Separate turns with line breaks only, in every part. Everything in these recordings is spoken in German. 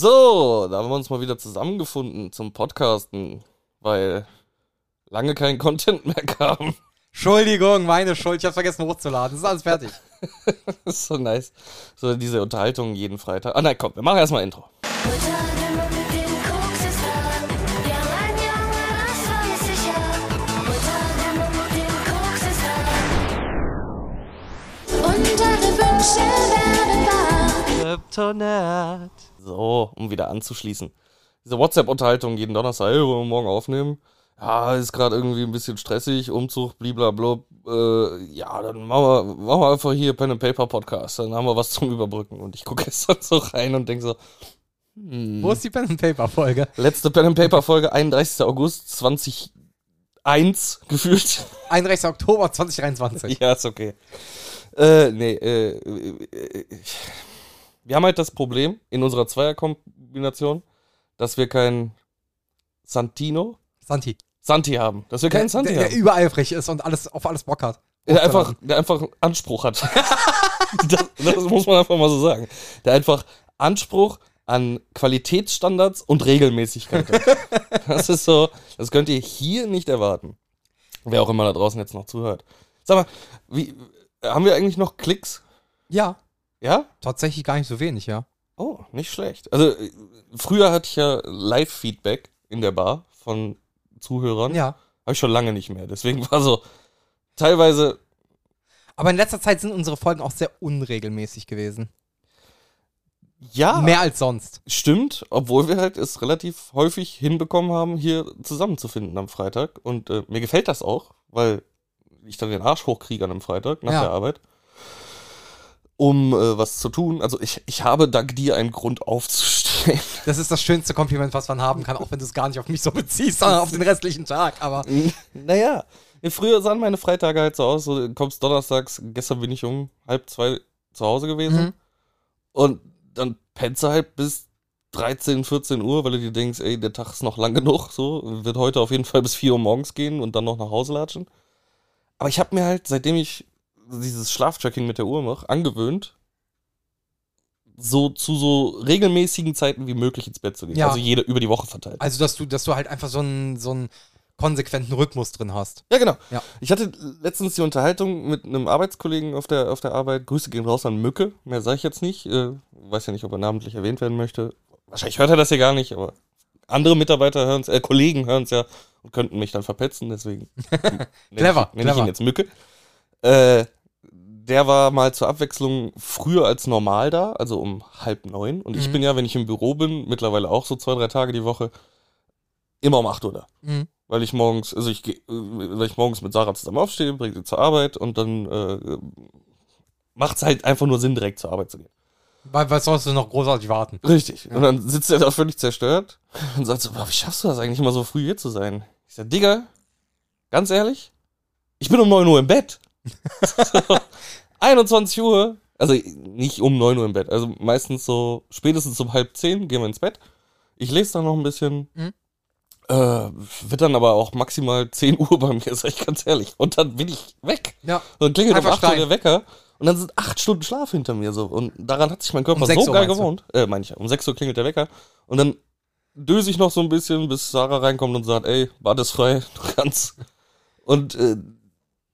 So, da haben wir uns mal wieder zusammengefunden zum Podcasten, weil lange kein Content mehr kam.
Entschuldigung, meine Schuld, ich hab's vergessen hochzuladen. Es ist alles fertig.
Das ist so nice. So diese Unterhaltung jeden Freitag. Ah nein, komm, wir machen erstmal Intro.
Kryptonat.
So, um wieder anzuschließen. Diese WhatsApp-Unterhaltung jeden Donnerstag, hey, wollen wir morgen aufnehmen? Ja, ist gerade irgendwie ein bisschen stressig, Umzug, blablabla. Äh, ja, dann machen wir, machen wir einfach hier Pen and Paper Podcast. Dann haben wir was zum Überbrücken. Und ich gucke gestern so rein und denke so, Hm.
Wo ist die Pen and Paper Folge?
letzte Pen and Paper Folge, 31. August 2001 gefühlt.
31. Oktober 2023.
Ja, ist okay. Äh, nee, äh, äh, wir haben halt das Problem in unserer Zweierkombination, dass wir keinen Santino,
Santi.
Santi haben. Dass wir keinen Santi
der, der, der
haben.
übereifrig ist und alles auf alles Bock hat.
Der einfach, der einfach Anspruch hat. das, das muss man einfach mal so sagen. Der einfach Anspruch an Qualitätsstandards und Regelmäßigkeit hat. Das ist so, das könnt ihr hier nicht erwarten. Wer auch immer da draußen jetzt noch zuhört. Sag mal, wie, haben wir eigentlich noch Klicks?
Ja,
Ja?
tatsächlich gar nicht so wenig, ja.
Oh, nicht schlecht. Also äh, früher hatte ich ja Live-Feedback in der Bar von Zuhörern.
Ja.
Habe ich schon lange nicht mehr. Deswegen war so teilweise,
Aber in letzter Zeit sind unsere Folgen auch sehr unregelmäßig gewesen.
ja,
Mehr als sonst.
stimmt, obwohl wir halt es relativ häufig hinbekommen haben, hier zusammenzufinden am Freitag. Und äh, mir gefällt das auch, weil ich dann den Arsch hochkriege an einem Freitag nach
Ja.
der Arbeit, um äh, was zu tun. Also ich, ich habe dank dir einen Grund aufzustehen.
Das ist das schönste Kompliment, was man haben kann, auch wenn du es gar nicht auf mich so beziehst, sondern auf den restlichen Tag. Aber
Naja, früher sahen meine Freitage halt so aus, so du kommst donnerstags, gestern bin ich um halb zwei zu Hause gewesen
Mhm.
und dann pennst du halt bis 13, 14 Uhr, weil du dir denkst, ey, der Tag ist noch lang genug, so, wird heute auf jeden Fall bis 4 Uhr morgens gehen und dann noch nach Hause latschen. Aber ich habe mir halt, seitdem ich dieses Schlaftracking mit der Uhr mache, angewöhnt, so zu so regelmäßigen Zeiten wie möglich ins Bett zu gehen.
Ja.
Also jede über die Woche verteilt.
also, dass du, dass du halt einfach so einen, so einen konsequenten Rhythmus drin hast.
Ja, genau.
Ja.
Ich hatte letztens die Unterhaltung mit einem Arbeitskollegen auf der, auf der Arbeit. Grüße gehen raus an Mücke. Mehr sage ich jetzt nicht. Äh, weiß ja nicht, ob er namentlich erwähnt werden möchte. Wahrscheinlich hört er das hier gar nicht, aber andere Mitarbeiter hören es, äh, Kollegen hören es ja und könnten mich dann verpetzen. Deswegen
Clever,
nenne ich, nenn ich ihn
clever.
jetzt Mücke. Äh, der war mal zur Abwechslung früher als normal da, also um halb neun. Und ich
Mhm.
bin ja, wenn ich im Büro bin, mittlerweile auch so zwei, drei Tage die Woche, immer um acht Uhr da
Mhm.
weil ich morgens, also ich, geh- äh, weil ich morgens mit Sarah zusammen aufstehe, bringe sie zur Arbeit und dann äh, macht es halt einfach nur Sinn, direkt zur Arbeit zu gehen.
Weil, was sollst du noch großartig warten?
Richtig. Und dann sitzt er da völlig zerstört und sagt so, "Boah, wie schaffst du das eigentlich immer so früh hier zu sein? Ich sag, Digga, ganz ehrlich, ich bin um 9 Uhr im Bett. so, 21 Uhr, also nicht um 9 Uhr im Bett, also meistens so spätestens um halb 10 gehen wir ins Bett. Ich lese dann noch ein bisschen.
Mhm.
Äh, wird dann aber auch maximal 10 Uhr bei mir, sag ich ganz ehrlich. Und dann bin ich weg.
Ja.
Dann klingelt um
Einfach
8 Uhr der
schreien.
Wecker und dann sind 8 Stunden Schlaf hinter mir so. Und daran hat sich mein Körper
Um 6
so
Uhr
geil
meinst du?
gewohnt. Äh, meine ich ja. Um 6 Uhr klingelt der Wecker. Und dann döse ich noch so ein bisschen, bis Sarah reinkommt und sagt, ey, Bad ist frei, du kannst. Und äh,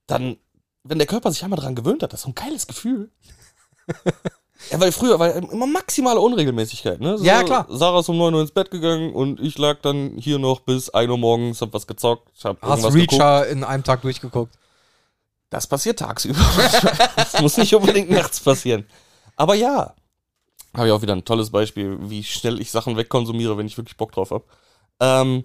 dann, wenn der Körper sich einmal daran gewöhnt hat, das ist so ein geiles Gefühl. ja, weil früher war immer maximale Unregelmäßigkeit, ne? So,
Ja, klar.
Sarah ist um 9 Uhr ins Bett gegangen und ich lag dann hier noch bis 1 Uhr morgens, hab was gezockt, hab
Hast
irgendwas geguckt.
Reacher in einem Tag durchgeguckt.
Das passiert tagsüber. das muss nicht unbedingt nachts passieren. Aber ja, habe ich auch wieder ein tolles Beispiel, wie schnell ich Sachen wegkonsumiere, wenn ich wirklich Bock drauf habe. Ähm,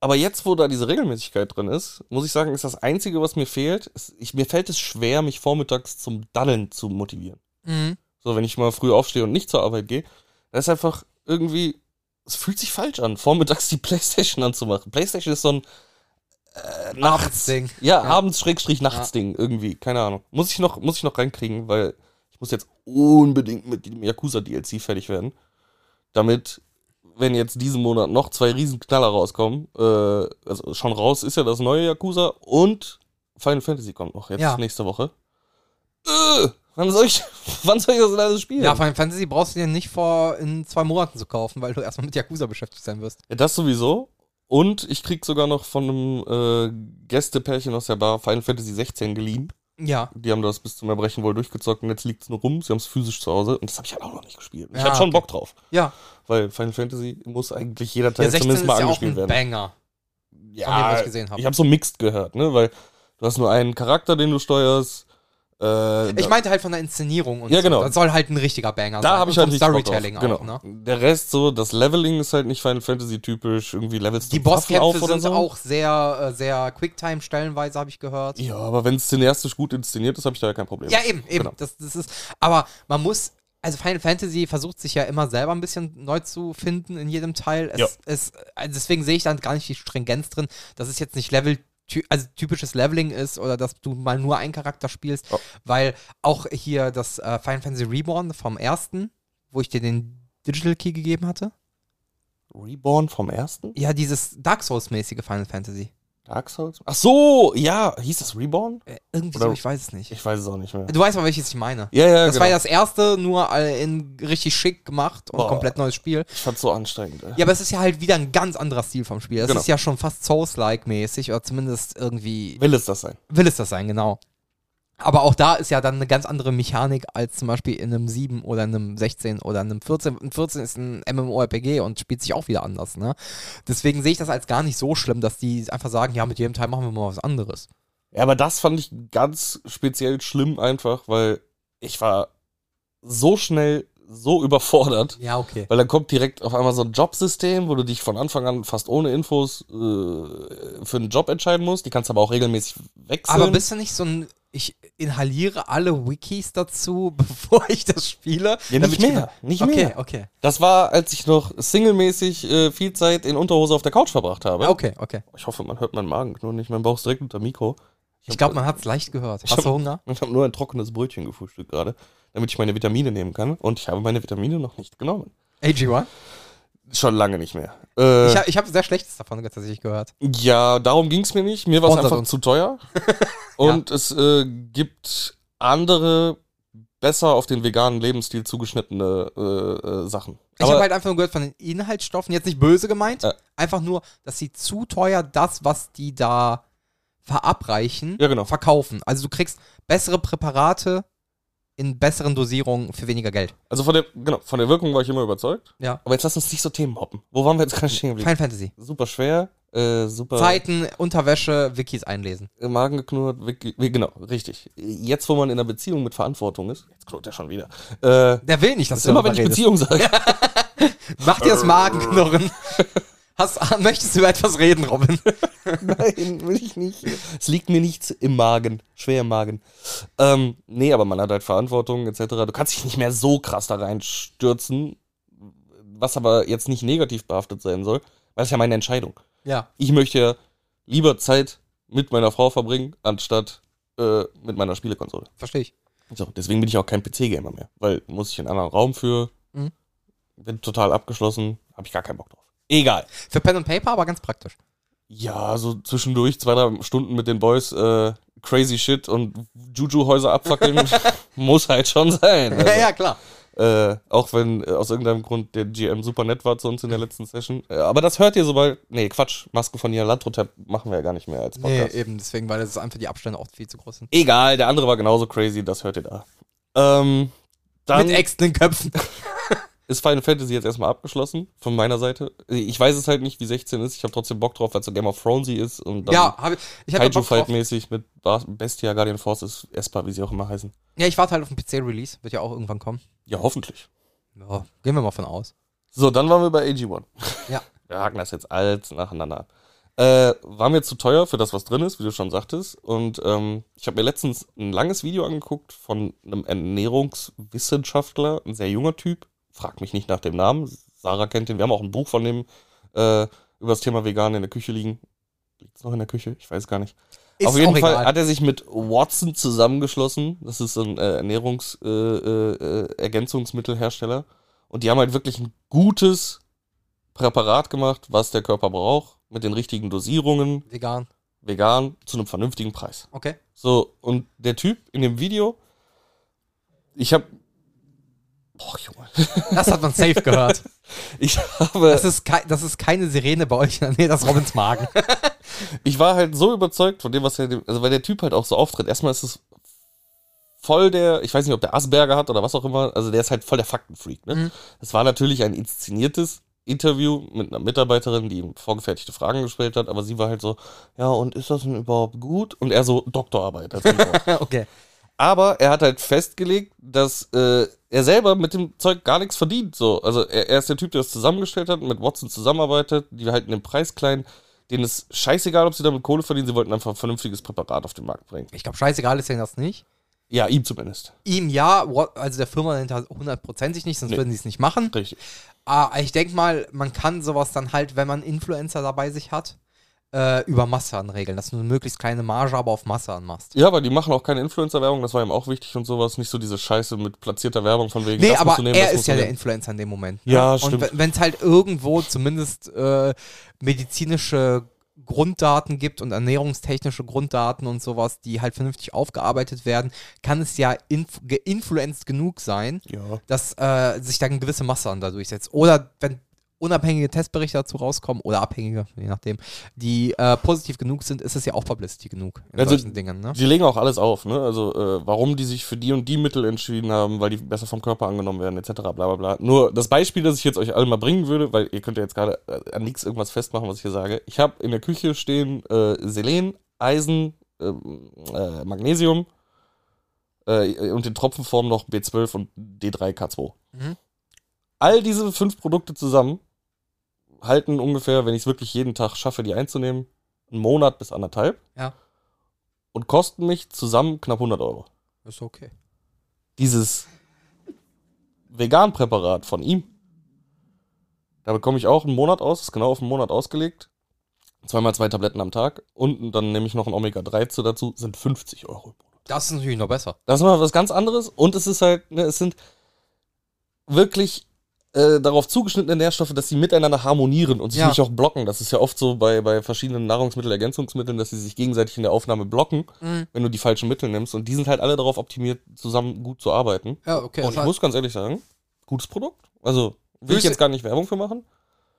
aber jetzt, wo da diese Regelmäßigkeit drin ist, muss ich sagen, ist das Einzige, was mir fehlt, ist, ich, mir fällt es schwer, mich vormittags zum Daddeln zu motivieren.
Mhm.
So, wenn ich mal früh aufstehe und nicht zur Arbeit gehe, das ist einfach irgendwie, es fühlt sich falsch an, vormittags die Playstation anzumachen. Playstation ist so ein äh, nachts
Ding.
Ja,
Ja.
abends Schrägstrich nachts Ding irgendwie, keine Ahnung. Muss ich noch, muss ich noch reinkriegen, weil ich muss jetzt unbedingt mit dem Yakuza DLC fertig werden, damit wenn jetzt diesen Monat noch zwei Riesenknaller rauskommen, äh, also schon raus ist ja das neue Yakuza und Final Fantasy kommt noch jetzt
Ja.
nächste Woche. Äh, Wann soll ich, wann soll ich das denn alles spielen?
Ja, Final Fantasy brauchst du dir nicht vor in zwei Monaten zu kaufen, weil du erstmal mit Yakuza beschäftigt sein wirst.
Ja, Das sowieso. Und ich krieg sogar noch von einem äh, Gästepärchen aus der Bar Final Fantasy 16 geliehen.
Ja.
Die haben das bis zum Erbrechen wohl durchgezockt und jetzt liegt's nur rum. Sie haben's physisch zu Hause und das habe ich halt auch noch nicht gespielt. Ich
Ja,
hab schon
okay.
Bock drauf,
Ja.
weil Final Fantasy muss eigentlich jeder Teil
Der 16 ist
zumindest
ja
mal
auch
angespielt
ein
werden.
Banger. dem, was ich gesehen hab.
ich habe so mixed gehört, ne? Weil du hast nur einen Charakter, den du steuerst. Äh,
Ich meinte halt von der Inszenierung und
Ja,
so.
genau.
Das soll halt ein richtiger Banger sein.
Da habe
Und
ich halt
vom
richtig Bock
Storytelling
drauf. genau.
auch, ne?
Der Rest so, das Leveling ist halt nicht Final Fantasy typisch, irgendwie levelst du
Die
Waffen
Bosskämpfe
auf oder
sind
so.
auch sehr, äh, sehr Quicktime stellenweise, habe ich gehört.
Ja, aber wenn es cineastisch gut inszeniert ist, habe ich da ja kein Problem.
Ja, eben, eben.
Genau.
Das, das ist, aber man muss, also Final Fantasy versucht sich ja immer selber ein bisschen neu zu finden in jedem Teil. Es,
Ja.
es, also deswegen sehe ich dann gar nicht die Stringenz drin, dass es jetzt nicht Level, ty- also typisches Leveling ist oder dass du mal nur einen Charakter spielst,
Ja.
weil auch hier das äh, Final Fantasy Reborn vom ersten, wo ich dir den Digital Key gegeben hatte.
Reborn vom ersten?
Ja, dieses Dark Souls-mäßige Final Fantasy.
Dark Souls? Ach so, ja. Hieß das Reborn?
Äh, Irgendwie
Oder-
so, ich weiß es nicht.
Ich weiß es auch nicht mehr.
Du weißt aber, welches ich meine.
Ja, ja,
Das
genau.
war das erste, nur äh, in richtig schick gemacht und
Boah.
komplett neues Spiel.
ich fand's so anstrengend. Ey.
Ja, aber es ist ja halt wieder ein ganz anderer Stil vom Spiel. Das
Genau.
ist ja schon fast Souls-like-mäßig oder zumindest irgendwie
Will es das sein?
will es das sein, genau. Aber auch da ist ja dann eine ganz andere Mechanik als zum Beispiel in einem 7 oder einem 16 oder einem 14. Ein 14 ist ein MMORPG und spielt sich auch wieder anders, ne? Deswegen sehe ich das als gar nicht so schlimm, dass die einfach sagen, ja, mit jedem Teil machen wir mal was anderes.
Ja, aber das fand ich ganz speziell schlimm einfach, weil ich war so schnell so überfordert,
Ja, okay.
weil dann kommt direkt auf einmal so ein Jobsystem, wo du dich von Anfang an fast ohne Infos äh, für einen Job entscheiden musst. Die kannst du aber auch regelmäßig wechseln.
Aber bist du nicht so ein, ich inhaliere alle Wikis dazu, bevor ich das spiele?
ja,
damit
nicht
ich-
mehr, nicht
okay,
mehr.
okay.
Das war, als ich noch singlemäßig äh, viel Zeit in Unterhose auf der Couch verbracht habe.
Okay, okay.
Ich hoffe, man hört meinen Magen nur nicht. Mein Bauch ist direkt unter Mikro.
Ich glaube, man hat es leicht gehört.
Ich
Hast du
hab-
Hunger?
Ich habe nur ein trockenes Brötchen gefrühstückt gerade, damit ich meine Vitamine nehmen kann. Und ich habe meine Vitamine noch nicht genommen.
AG1?
Schon lange nicht mehr. Äh,
Ich habe ich hab sehr Schlechtes davon tatsächlich gehört.
ja, darum ging es mir nicht. Mir war es
Sponsert
einfach
uns.
zu teuer. Und es äh, gibt andere, besser auf den veganen Lebensstil zugeschnittene äh, äh, Sachen.
Ich habe halt einfach nur gehört von den Inhaltsstoffen, jetzt nicht böse gemeint,
Ja.
einfach nur, dass sie zu teuer das, was die da verabreichen,
Ja, genau.
verkaufen. Also du kriegst bessere Präparate in besseren Dosierungen für weniger Geld.
also von der, genau, von der Wirkung war ich immer überzeugt.
Ja.
Aber jetzt lass uns nicht so Themen hoppen. Wo waren wir jetzt gerade stehen geblieben?
Final Fantasy.
Super schwer, äh, super
Zeiten, Unterwäsche, Wikis einlesen.
äh, Magen geknurrt. Wie, wie, genau, richtig. Jetzt, wo man in einer Beziehung mit Verantwortung ist, jetzt knurrt er schon wieder. Äh,
Der will nicht, dass
das ist
du
immer,
darüber
wenn ich
redest. Äh.
Beziehung sage.
Mach dir das Magenknurren. Hast, möchtest du über etwas reden, Robin?
Nein, will ich nicht. Es liegt mir nichts im Magen, schwer im Magen. Ähm, nee, aber man hat halt Verantwortung etc. Du kannst dich nicht mehr so krass da reinstürzen, was aber jetzt nicht negativ behaftet sein soll, weil es ja meine Entscheidung.
Ja.
Ich möchte ja lieber Zeit mit meiner Frau verbringen, anstatt äh, mit meiner Spielekonsole.
Verstehe ich.
So, deswegen bin ich auch kein PC-Gamer mehr, weil muss ich in einen anderen Raum für,
Mhm.
bin total abgeschlossen, habe ich gar keinen Bock drauf. Egal.
Für Pen und Paper aber ganz praktisch.
Ja, so zwischendurch zwei, drei Stunden mit den Boys äh, crazy shit und Juju-Häuser abfackeln muss halt schon sein. Also,
klar.
äh, auch wenn äh, aus irgendeinem Grund der GM super nett war zu uns in der letzten Session. Äh, aber das hört ihr sobald. Nee, Quatsch. Maske von Ialantrotep machen wir ja gar nicht mehr als
Nee, eh.
Podcast.
eben, deswegen, weil es einfach die Abstände auch viel zu groß sind.
Egal, der andere war genauso crazy, das hört ihr da. Ähm, dann
Mit ächzenden Köpfen.
ist Final Fantasy jetzt erstmal abgeschlossen, von meiner Seite. Ich weiß es halt nicht, wie 16 ist. Ich habe trotzdem Bock drauf, weil es so Game of Thrones ist. Und dann
ja, hab ich, ich hatte Bock drauf.
Kaiju-Fight-mäßig mit Bas- Bestia, Guardian Forces, Esper, wie sie auch immer heißen.
Ja, ich warte halt auf den PC-Release. Wird ja auch irgendwann kommen.
Ja, hoffentlich.
Ja, gehen wir mal von aus.
So, dann waren wir bei AG1.
Ja.
Wir haken das jetzt alles nacheinander ab. Äh, war mir zu teuer für das, was drin ist, wie du schon sagtest. Und ähm, ich habe mir letztens ein langes Video angeguckt von einem Ernährungswissenschaftler, ein sehr junger Typ. Frag mich nicht nach dem Namen. Sarah kennt ihn. Wir haben auch ein Buch von dem äh, über das Thema Vegan in der Küche liegen. Liegt es noch in der Küche? Ich weiß gar nicht. Auf jeden Fall hat er sich mit Watson zusammengeschlossen. Das ist so ein äh, Ernährungsergänzungsmittelhersteller. Äh, äh, Ergänzungsmittelhersteller. und die haben halt wirklich ein gutes Präparat gemacht, was der Körper braucht, mit den richtigen Dosierungen,
Vegan.
vegan, zu einem vernünftigen Preis.
Okay.
So, und der Typ in dem Video Ich habe. Boah, Junge.
Das hat man safe gehört.
Ich habe.
Das ist, kei- das ist keine Sirene bei euch. Nee, das ist Robins Magen.
ich war halt so überzeugt von dem, was er, also weil der Typ halt auch so auftritt. Erstmal ist es voll der, ich weiß nicht, ob der Asperger hat oder was auch immer, also der ist halt voll der Faktenfreak. Ne?
Mhm.
Das war natürlich ein inszeniertes Interview mit einer Mitarbeiterin, die ihm vorgefertigte Fragen gestellt hat, aber sie war halt so, ja, und ist das denn überhaupt gut? Und er so, Doktorarbeit. Als Antwort.
Okay.
Aber er hat halt festgelegt, dass äh, er selber mit dem Zeug gar nichts verdient. So, also er, er ist der Typ, der das zusammengestellt hat, und mit Watson zusammenarbeitet, die halten den Preis klein. Denen ist scheißegal, ob sie damit Kohle verdienen, sie wollten einfach ein vernünftiges Präparat auf den Markt bringen.
Ich glaube, scheißegal ist denen das nicht.
Ja, ihm zumindest.
Ihm ja, what- also der Firma dahinter hundertprozentig nicht, sonst
Nee.
würden sie es nicht machen.
Richtig.
Ah, ich denke mal, man kann sowas dann halt, wenn man Influencer dabei sich hat, äh, über Masse anregeln, dass du eine möglichst kleine Marge aber auf Masse anmachst.
Ja, aber die machen auch keine Influencer-Werbung, das war ihm auch wichtig und sowas. Nicht so diese Scheiße mit platzierter Werbung von wegen.
Nee,
das
aber
musst du nehmen,
er
das
ist
musst
ja
du
der
nehmen.
Influencer in dem Moment. ne?
Ja, stimmt.
Und wenn es halt irgendwo zumindest äh, medizinische Grunddaten gibt und ernährungstechnische Grunddaten und sowas, die halt vernünftig aufgearbeitet werden, kann es ja inf geinfluenced genug sein,
Ja.
dass äh, sich da eine gewisse Masse an da durchsetzt. Oder wenn unabhängige Testberichte dazu rauskommen oder abhängige, je nachdem, die äh, positiv genug sind, ist es ja auch Publicity genug in
Also,
solchen Dingen. Ne?
Die legen auch alles auf, ne? Also, äh, warum die sich für die und die Mittel entschieden haben, weil die besser vom Körper angenommen werden, etc. bla bla bla. Nur das Beispiel, das ich jetzt euch alle mal bringen würde, weil ihr könnt ja jetzt gerade äh, an nichts irgendwas festmachen, was ich hier sage. Ich habe in der Küche stehen äh, Selen, Eisen, ähm, äh, Magnesium äh, und in Tropfenform noch B12 und D3K2.
Mhm.
All diese fünf Produkte zusammen halten ungefähr, wenn ich es wirklich jeden Tag schaffe, die einzunehmen, einen Monat bis anderthalb.
Ja.
Und kosten mich zusammen knapp 100 Euro.
Ist okay.
Dieses Vegan-Präparat von ihm, da bekomme ich auch einen Monat aus, ist genau auf einen Monat ausgelegt. Zweimal zwei Tabletten am Tag und dann nehme ich noch ein Omega-3 zu dazu, sind 50 Euro.
Das ist natürlich noch besser.
Das ist mal was ganz anderes und es ist halt, ne, es sind wirklich äh, darauf zugeschnittene Nährstoffe, dass sie miteinander harmonieren und sich
Ja.
nicht auch blocken. Das ist ja oft so bei, bei verschiedenen Nahrungsmittelergänzungsmitteln, dass sie sich gegenseitig in der Aufnahme blocken,
Mhm.
wenn du die falschen Mittel nimmst. Und die sind halt alle darauf optimiert, zusammen gut zu arbeiten.
Ja, okay.
und ich muss ganz ehrlich sagen, gutes Produkt. Also will ich
Grüße.
jetzt gar nicht Werbung für machen.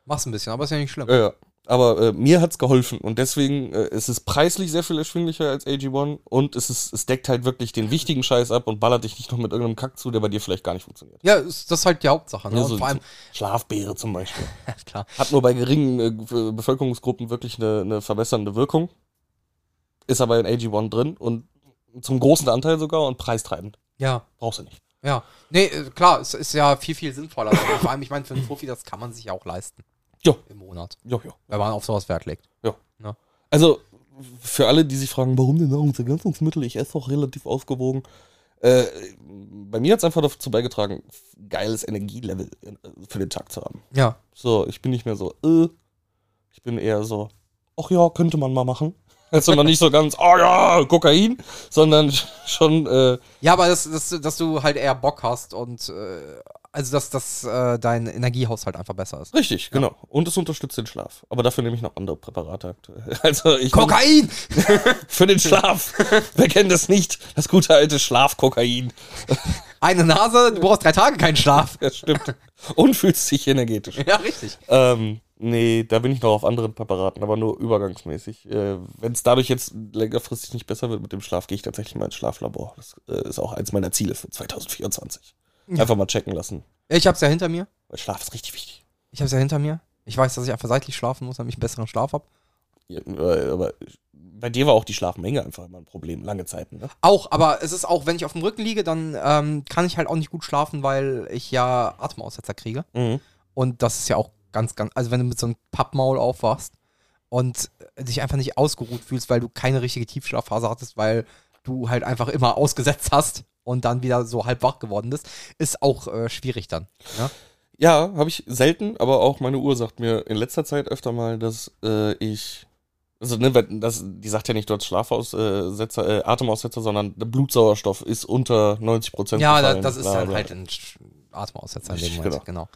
mach's ein bisschen, aber ist ja nicht schlimm.
Ja, ja. Aber äh, mir hat's geholfen und deswegen äh, ist es preislich sehr viel erschwinglicher als AG1 und es, ist, es deckt halt wirklich den wichtigen Scheiß ab und ballert dich nicht noch mit irgendeinem Kack zu, der bei dir vielleicht gar nicht funktioniert.
Ja, ist, das ist halt die Hauptsache. Ne?
Ja,
und
so-
vor allem,
Schlafbeere zum Beispiel.
klar.
Hat nur bei geringen äh, Be- Bevölkerungsgruppen wirklich eine, eine verbessernde Wirkung. Ist aber in AG1 drin und zum großen Anteil sogar und preistreibend.
Ja,
Brauchst du nicht.
ja. Nee, äh, klar, es ist ja viel, viel sinnvoller. Und vor allem, ich meine, für einen Profi, das kann man sich ja auch leisten.
Ja.
Im Monat.
Jo, jo.
Wenn man auf sowas Wert legt.
Also, für alle, die sich fragen, warum denn Nahrungsergänzungsmittel? Ich esse doch relativ ausgewogen. Äh, bei mir hat es einfach dazu beigetragen, geiles Energielevel äh, für den Tag zu haben.
Ja.
So, ich bin nicht mehr so, äh. Ich bin eher so, ach ja, könnte man mal machen. Also noch nicht so ganz, oh ja, Kokain, sondern sch- schon, äh,
Ja, aber das, das, dass du halt eher Bock hast und äh, also dass, dass äh, dein Energiehaushalt einfach besser ist.
richtig, genau. Und es unterstützt den Schlaf. Aber dafür nehme ich noch andere Präparate aktuell. Also ich bin-
Kokain!
für den Schlaf. Wer kennt das nicht? Das gute alte Schlafkokain.
Eine Nase, du brauchst drei Tage keinen Schlaf.
Das stimmt. Und fühlst dich energetisch.
Ja, richtig.
Ähm, nee, da bin ich noch auf anderen Präparaten, aber nur übergangsmäßig. Äh, Wenn es dadurch jetzt längerfristig nicht besser wird mit dem Schlaf, gehe ich tatsächlich mal ins Schlaflabor. Das äh, ist auch eins meiner Ziele für 2024. Einfach mal checken lassen.
Ich hab's ja hinter mir.
Weil Schlaf ist richtig wichtig.
Ich hab's ja hinter mir. Ich weiß, dass ich einfach seitlich schlafen muss, damit ich einen besseren Schlaf hab.
Ja, äh, aber bei dir war auch die Schlafmenge einfach immer ein Problem, lange Zeiten. Ne?
Auch, aber es ist auch, wenn ich auf dem Rücken liege, dann ähm, kann ich halt auch nicht gut schlafen, weil ich ja Atemaussetzer kriege.
Mhm.
Und das ist ja auch ganz, ganz, also wenn du mit so einem Pappmaul aufwachst und dich einfach nicht ausgeruht fühlst, weil du keine richtige Tiefschlafphase hattest, weil du halt einfach immer ausgesetzt hast und dann wieder so halb wach geworden bist, ist auch äh, schwierig dann. Ja?
Ja, habe ich selten, aber auch meine Uhr sagt mir in letzter Zeit öfter mal, dass äh, ich. Also, ne, weil das, die sagt ja nicht, du hast Schlafaussetzer, äh, Atemaussetzer, sondern der Blutsauerstoff ist unter 90 Prozent.
ja, da, das ist dann halt ein Sch- Atemaussetzer in dem
Richtig,
Moment, genau.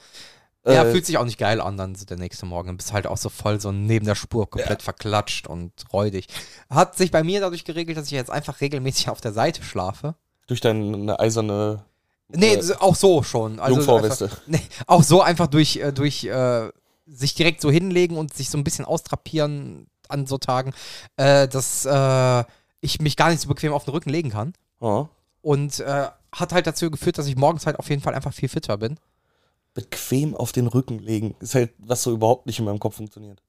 Äh,
ja, fühlt sich auch nicht geil an, dann so der nächste Morgen. Dann bist halt auch so voll so neben der Spur komplett verklatscht und räudig. Hat sich bei mir dadurch geregelt, dass ich jetzt einfach regelmäßig auf der Seite schlafe.
durch deine eiserne
Nee,
Äh,
so- auch so schon. Also
Jungfrau-Weste.
einfach- Nee, auch so einfach durch, äh, durch äh, sich direkt so hinlegen und sich so ein bisschen austrapieren an so Tagen, äh, dass äh, ich mich gar nicht so bequem auf den Rücken legen kann.
Ja.
Und äh, hat halt dazu geführt, dass ich morgens halt auf jeden Fall einfach viel fitter bin.
Bequem auf den Rücken legen. Ist halt, was so überhaupt nicht in meinem Kopf funktioniert.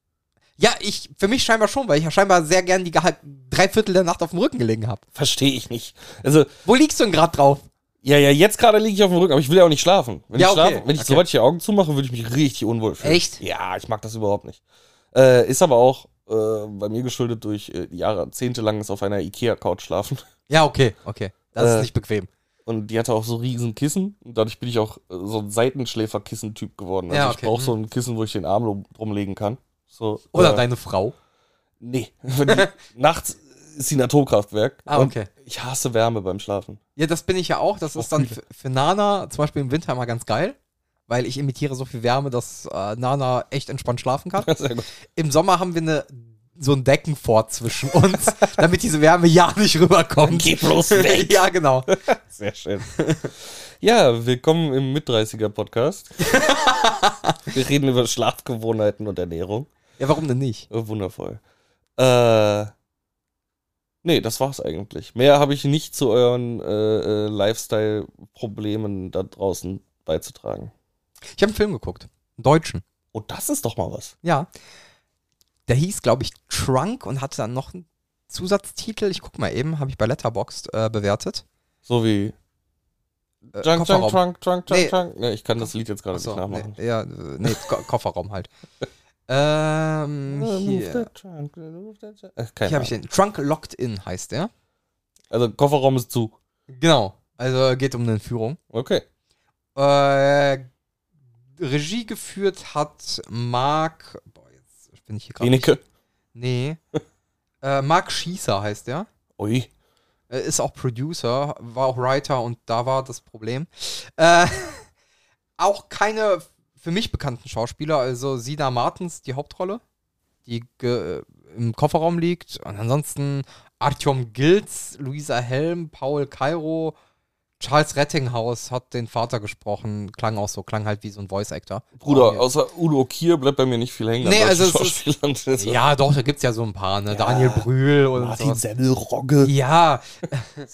Ja, ich, für mich scheinbar schon, weil ich ja scheinbar sehr gern die halb, drei Viertel der Nacht auf dem Rücken gelegen habe.
Verstehe ich nicht. Also,
Wo liegst du denn gerade drauf?
ja, ja, jetzt gerade liege ich auf dem Rücken, aber ich will ja auch nicht schlafen. Wenn
Ja,
ich
okay,
schlafe, wenn ich,
okay.
sobald ich die Augen zumache, würde ich mich richtig unwohl fühlen.
Echt?
Ja, ich mag das überhaupt nicht. Äh, ist aber auch äh, bei mir geschuldet durch äh, jahrzehntelanges auf einer Ikea-Couch schlafen.
Ja, okay, okay. Das
Äh,
ist nicht bequem.
Und die hatte auch so riesen Kissen. Und dadurch bin ich auch äh, so ein Seitenschläfer-Kissen-Typ geworden. Also
Ja,
ich
okay,
brauche
mhm.
so ein Kissen, wo ich den Arm lo- rumlegen kann. So,
Oder
äh,
deine Frau.
Nee. Wenn die, nachts ist sie ein Atomkraftwerk.
Ah,
Und
okay.
Ich hasse Wärme beim Schlafen.
Ja, das bin ich ja auch. Das ist dann für, für Nana zum Beispiel im Winter mal ganz geil, weil ich imitiere so viel Wärme, dass äh, Nana echt entspannt schlafen kann.
Sehr gut.
Im Sommer haben wir eine, so einen Deckenfort zwischen uns, damit diese Wärme ja nicht rüberkommt.
Geh bloß weg.
ja, genau.
Sehr schön. Ja, willkommen im Mit-30er-Podcast. Wir reden über Schlafgewohnheiten und Ernährung.
Ja, warum denn nicht?
Oh, wundervoll. Äh, nee, das war's eigentlich. Mehr habe ich nicht zu euren äh, äh, Lifestyle-Problemen da draußen beizutragen.
Ich habe einen Film geguckt. Einen deutschen.
Und das ist doch mal was.
Ja. Der hieß, glaube ich, Trunk und hatte dann noch einen Zusatztitel. Ich guck mal eben, habe ich bei Letterboxd äh, bewertet.
So wie
Äh,
Junk, Junk, Junk, Junk,
Nee.
Junk, Junk. Nee, ich kann das Lied jetzt gerade
Achso,
nicht nachmachen.
nee, ja, äh, nee, Ko Kofferraum halt. ähm, hier,
Äh, Keine
hier habe
Ahnung.
ich den. Trunk Locked In heißt der.
Also Kofferraum ist zu.
Genau. Also geht um eine Entführung.
Okay.
Äh, Regie geführt hat Marc. Boah, jetzt bin ich hier gerade.
Klinike.
Nee. äh, Marc Schießer heißt der.
Ui.
Äh, ist auch Producer, war auch Writer und da war das Problem. Äh, auch keine für mich bekannten Schauspieler, also Sina Martens, die Hauptrolle, die ge- im Kofferraum liegt. Und ansonsten Artyom Gilz, Luisa Helm, Paul Cairo, Charles Rettinghaus hat den Vater gesprochen, klang auch so, klang halt wie so ein Voice-Actor.
Bruder,
Daniel-
außer Udo Kier bleibt bei mir nicht viel hängen. an
Nee,
deutschen
also es ist-
Schauspielern.
Ja, doch, da gibt's ja so ein paar, ne? Daniel Brühl und so.
Semmelrogge.
Ja,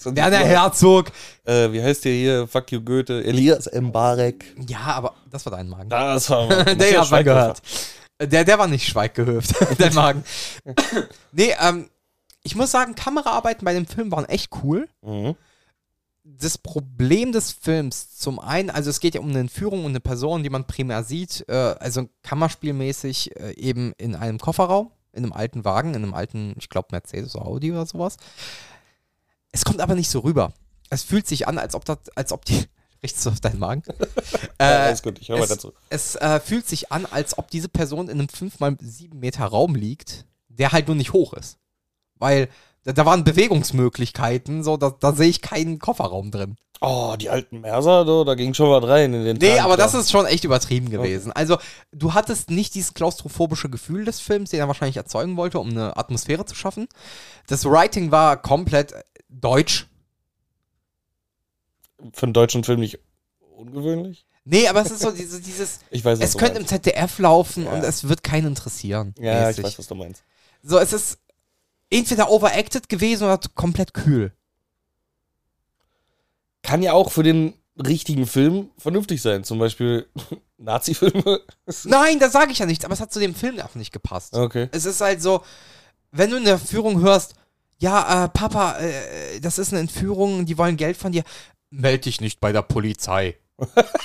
Werner Herzog.
Äh, wie heißt der hier? Fuck you Goethe. Elias Mbarek.
Ja, aber das war dein Magen.
Das haben wir.
den hat man gehört. Der, der war nicht schweiggehöft, der Magen. nee, ähm, ich muss sagen, Kameraarbeiten bei dem Film waren echt cool.
Mhm.
Das Problem des Films zum einen, also es geht ja um eine Entführung und eine Person, die man primär sieht, äh, also kammerspielmäßig äh, eben in einem Kofferraum, in einem alten Wagen, in einem alten, ich glaube, Mercedes oder Audi oder sowas. Es kommt aber nicht so rüber. Es fühlt sich an, als ob das, als ob die. Richtest du auf deinen Magen? Äh,
Ja, alles gut, ich höre
es,
weiter zu.
Es äh, fühlt sich an, als ob diese Person in einem 5x7 Meter Raum liegt, der halt nur nicht hoch ist. Weil da, da waren Bewegungsmöglichkeiten, so, da, da sehe ich keinen Kofferraum drin.
Oh, die alten Merser, so, da ging schon was rein in den
Nee,
Tank,
aber das
da.
ist schon echt übertrieben gewesen. Also, du hattest nicht dieses klaustrophobische Gefühl des Films, den er wahrscheinlich erzeugen wollte, um eine Atmosphäre zu schaffen. Das Writing war komplett äh, deutsch.
Für einen deutschen Film nicht ungewöhnlich.
Nee, aber es ist so diese, dieses,
Ich weiß was
es
du
könnte im
meinst.
ZDF laufen
Ja.
und es wird keinen interessieren.
Ja, ich
mäßig.
weiß, was du meinst.
So, es ist entweder overacted gewesen oder komplett kühl.
kann ja auch für den richtigen Film vernünftig sein. Zum Beispiel Nazi-Filme.
Nein, da sage ich ja nichts, aber es hat zu dem Film auch nicht gepasst.
Okay.
Es ist halt so, wenn du in der Führung hörst, ja, äh, Papa, äh, das ist eine Entführung, die wollen Geld von dir. Meld dich nicht bei der Polizei.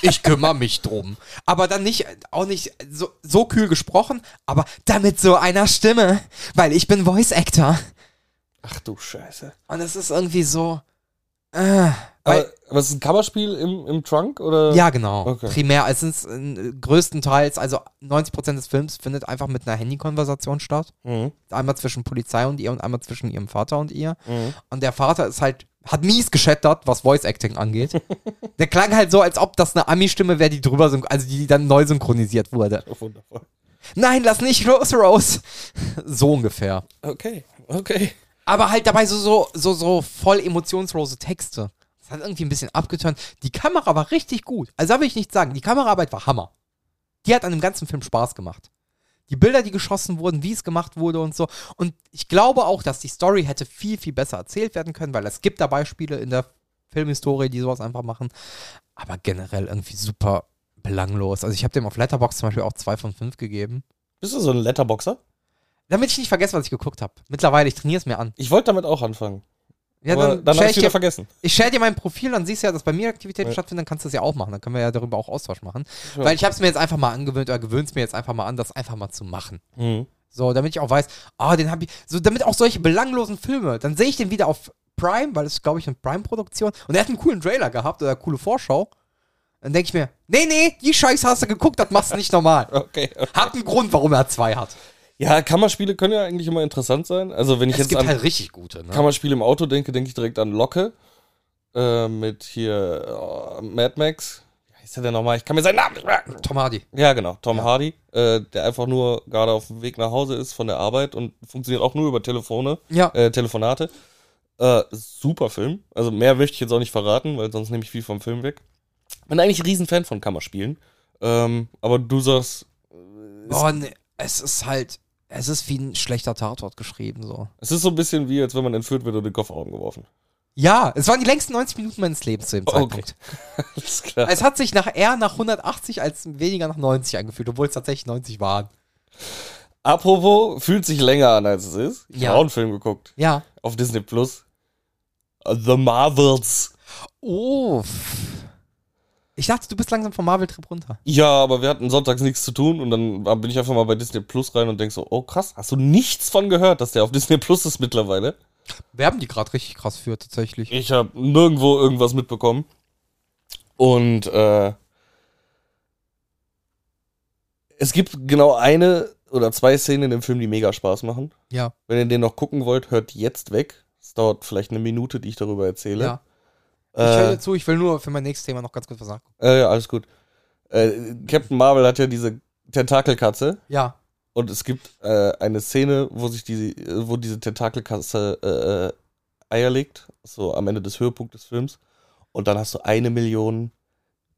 Ich kümmere mich drum. Aber dann nicht, auch nicht so, so kühl gesprochen, aber dann mit so einer Stimme, weil ich bin Voice Actor.
Ach du Scheiße.
Und es ist irgendwie so, äh, weil,
Aber, aber ist es ein Kammerspiel im, im Trunk? Oder?
Ja, genau.
Okay.
Primär, es ist äh, größtenteils, also 90% des Films findet einfach mit einer Handykonversation statt.
Mhm.
Einmal zwischen Polizei und ihr und einmal zwischen ihrem Vater und ihr.
Mhm.
Und der Vater ist halt, hat mies geschettert, was Voice Acting angeht. der klang halt so, als ob das eine Ami-Stimme wäre, die drüber, synch- also die dann neu synchronisiert wurde.
Oh, wundervoll.
Nein, lass nicht los, Rose. so ungefähr.
Okay, okay.
Aber halt dabei so, so, so, so voll emotionslose Texte. Das Das hat irgendwie ein bisschen abgeturnt. Die Kamera war richtig gut. Also da will ich nicht sagen. Die Kameraarbeit war Hammer. Die hat an dem ganzen Film Spaß gemacht. Die Bilder, die geschossen wurden, wie es gemacht wurde und so. Und ich glaube auch, dass die Story hätte viel, viel besser erzählt werden können, weil es gibt da Beispiele in der Filmhistorie, die sowas einfach machen. Aber generell irgendwie super belanglos. Also ich habe dem auf Letterbox zum Beispiel auch 2 von 5 gegeben.
Bist du so ein Letterboxer?
Damit ich nicht vergesse, was ich geguckt habe. Mittlerweile, ich trainiere es mir an.
Ich wollte damit auch anfangen.
Ja,
aber
dann,
dann habe
share ich
ich
dir
wieder vergessen.
Ich share dir mein Profil, dann siehst du ja, dass bei mir Aktivitäten
Ja.
stattfinden, dann kannst du das ja auch machen. Dann können wir ja darüber auch Austausch machen.
Ja.
Weil ich habe es mir jetzt einfach mal angewöhnt oder gewöhnt es mir jetzt einfach mal an, das einfach mal zu machen.
Mhm.
So, damit ich auch weiß, ah, den habe ich, so damit auch solche belanglosen Filme, dann sehe ich den wieder auf Prime, weil es glaube ich eine Prime-Produktion und er hat einen coolen Trailer gehabt oder eine coole Vorschau. Dann denke ich mir, nee, nee, die Scheiße hast du geguckt, das machst du nicht normal.
Okay.
Hat einen Grund, warum er zwei hat.
Ja, Kammerspiele können ja eigentlich immer interessant sein. Also wenn ich
Es
jetzt
gibt
an
halt richtig gute, ne?
Kammerspiele im Auto denke, denke ich direkt an Locke. Äh, mit hier oh, Mad Max. Wie heißt der denn nochmal? Ich kann mir seinen Namen nicht merken.
Tom Hardy.
Ja, genau. Tom Hardy, äh, der einfach nur gerade auf dem Weg nach Hause ist von der Arbeit und funktioniert auch nur über Telefone,
Ja.
äh, Telefonate. Äh, super Film. Also mehr möchte ich jetzt auch nicht verraten, weil sonst nehme ich viel vom Film weg. Bin eigentlich ein Riesenfan von Kammerspielen. Ähm, aber du sagst,
Oh, nee, es ist halt, es ist wie ein schlechter Tatort geschrieben, so.
es ist so ein bisschen wie, als wenn man entführt wird und in den Kofferraum geworfen.
Ja, es waren die längsten 90 Minuten meines Lebens zu dem
Oh, okay.
Zeitpunkt. Also
Alles klar.
Es hat sich nach eher nach 180 als weniger nach 90 angefühlt, obwohl es tatsächlich 90 waren.
Apropos, fühlt sich länger an, als es ist. Ich
Ja.
habe auch einen Film geguckt.
Ja.
Auf Disney Plus. The Marvels.
Oh. pff. Ich dachte, du bist langsam vom Marvel-Trip runter.
Ja, aber wir hatten sonntags nichts zu tun und dann war- bin ich einfach mal bei Disney Plus rein und denk so, oh krass, hast du nichts von gehört, dass der auf Disney Plus ist mittlerweile?
Werben die gerade richtig krass für, tatsächlich.
Ich habe nirgendwo irgendwas mitbekommen. Und äh, es gibt genau eine oder zwei Szenen im Film, die mega Spaß machen.
Ja.
Wenn ihr den noch gucken wollt, hört jetzt weg. Es dauert vielleicht eine Minute, die ich darüber erzähle.
ja. Ich höre
Äh,
dir zu, ich will nur für mein nächstes Thema noch ganz kurz was sagen.
äh, ja, alles gut. Äh, Captain Marvel hat ja diese Tentakelkatze.
Ja.
Und es gibt äh, eine Szene, wo sich die, äh, wo diese Tentakelkasse äh, äh, Eier legt, so am Ende des Höhepunkts des Films. Und dann hast du eine Million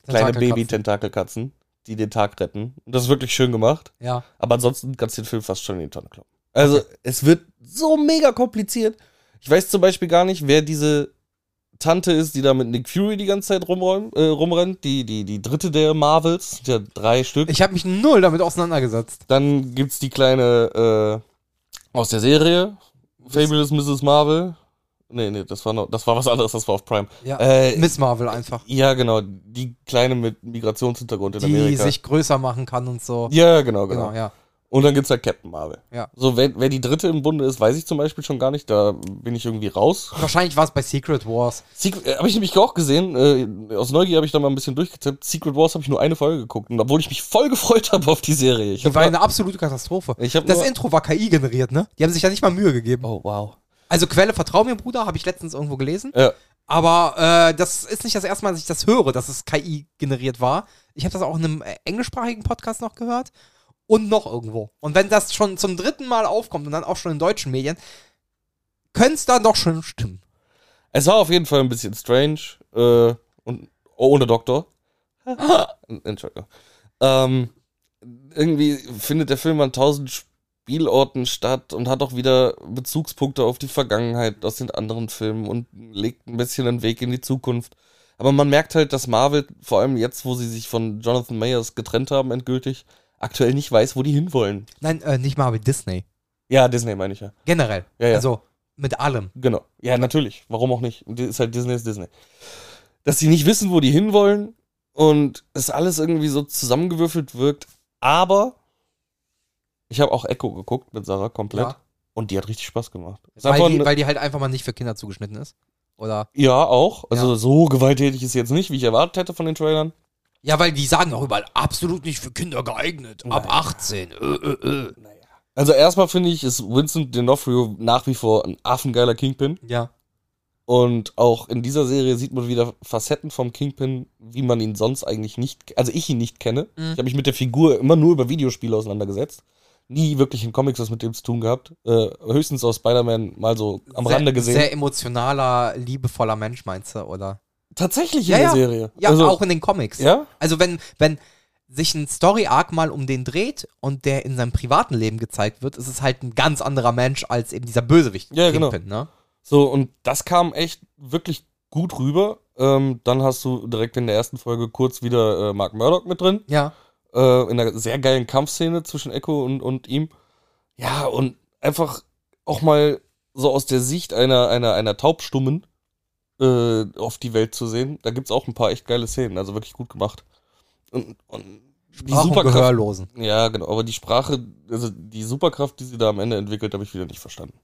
kleine
Tentakelkatzen.
Baby-Tentakelkatzen, die den Tag retten. Und das ist wirklich schön gemacht.
Ja.
Aber ansonsten kannst du den Film fast schon in die Tonne kloppen. Also es wird so mega kompliziert. Ich weiß zum Beispiel gar nicht, wer diese Tante ist, die da mit Nick Fury die ganze Zeit rumräum, äh, rumrennt. Die, die, die dritte der Marvels, der drei Stück.
Ich habe mich null damit auseinandergesetzt.
Dann gibt's die kleine äh, aus der Serie, Fabulous Mrs. Marvel. Nee, nee, das war noch, das war was anderes, das war auf Prime.
Ja.
Äh,
Miss Marvel einfach.
ja, genau, die kleine mit Migrationshintergrund in
Die
Amerika.
sich größer machen kann und so.
ja, genau, genau.
Genau, ja.
Und dann gibt's da Captain Marvel.
Ja.
So, wer, wer die dritte im Bunde ist, weiß ich zum Beispiel schon gar nicht. Da bin ich irgendwie raus.
Wahrscheinlich war es bei Secret Wars.
Secret, äh, habe ich nämlich auch gesehen. Äh, aus Neugier habe ich da mal ein bisschen durchgetippt. Secret Wars habe ich nur eine Folge geguckt. Und obwohl ich mich voll gefreut habe auf die Serie. Ich
Die
hab
war
nur-
eine absolute Katastrophe.
Ich hab
das
nur-
Intro war KI generiert, ne? Die haben sich ja nicht mal Mühe gegeben.
oh, wow.
Also Quelle, vertrau mir, Bruder, habe ich letztens irgendwo gelesen.
Ja.
Aber äh, das ist nicht das erste Mal, dass ich das höre, dass es KI generiert war. Ich habe das auch in einem äh, englischsprachigen Podcast noch gehört und noch irgendwo. Und wenn das schon zum dritten Mal aufkommt und dann auch schon in deutschen Medien, könnte es dann doch schon stimmen.
Es war auf jeden Fall ein bisschen strange äh, und ohne Doktor. Entschuldigung. Ähm, irgendwie findet der Film an tausend Spielorten statt und hat auch wieder Bezugspunkte auf die Vergangenheit aus den anderen Filmen und legt ein bisschen einen Weg in die Zukunft. Aber man merkt halt, dass Marvel, vor allem jetzt, wo sie sich von Jonathan Mayers getrennt haben, endgültig, aktuell nicht weiß, wo die hinwollen.
Nein, äh, nicht Marvel, Disney.
Ja, Disney meine ich ja.
Generell.
Ja, ja.
Also mit allem.
Genau. Ja, natürlich. Warum auch nicht? Di- Ist halt Disney ist Disney. Dass sie nicht wissen, wo die hinwollen und es alles irgendwie so zusammengewürfelt wirkt. Aber ich habe auch Echo geguckt mit Sarah komplett
Ja.
und die hat richtig Spaß gemacht. Ist einfach
Weil die,
ne-
weil die halt einfach mal nicht für Kinder zugeschnitten ist. Oder
ja, auch. Also so gewalttätig ist sie jetzt nicht, wie ich erwartet hätte von den Trailern.
Ja, weil die sagen auch überall, absolut nicht für Kinder geeignet. Ab 18. Äh, äh, äh.
Also erstmal finde ich, ist Vincent D'Onofrio nach wie vor ein affengeiler Kingpin.
Ja.
Und auch in dieser Serie sieht man wieder Facetten vom Kingpin, wie man ihn sonst eigentlich nicht, also ich ihn nicht kenne.
Mhm.
Ich habe mich mit der Figur immer nur über Videospiele auseinandergesetzt. Nie wirklich in Comics was mit dem zu tun gehabt. Äh, höchstens aus Spider-Man mal so am
sehr,
Rande gesehen.
Sehr emotionaler, liebevoller Mensch, meinst du, oder?
Tatsächlich in
Ja,
der
ja.
Serie.
Ja,
also,
auch in den Comics.
Ja?
Also wenn, wenn sich ein Story-Arc mal um den dreht und der in seinem privaten Leben gezeigt wird, ist es halt ein ganz anderer Mensch als eben dieser Bösewicht.
Ja, genau.
Kingpin, ne?
So, und das kam echt wirklich gut rüber. Ähm, dann hast du direkt in der ersten Folge kurz wieder äh, Mark Murdock mit drin.
Ja.
äh, in einer sehr geilen Kampfszene zwischen Echo und, und ihm. Ja, und einfach auch mal so aus der Sicht einer, einer, einer Taubstummen äh, auf die Welt zu sehen. Da gibt's auch ein paar echt geile Szenen, also wirklich gut gemacht. Und, und die
Auch einen
Superkraft.
Gehörlosen.
Ja, genau, aber die Sprache, also die Superkraft, die sie da am Ende entwickelt, habe ich wieder nicht verstanden.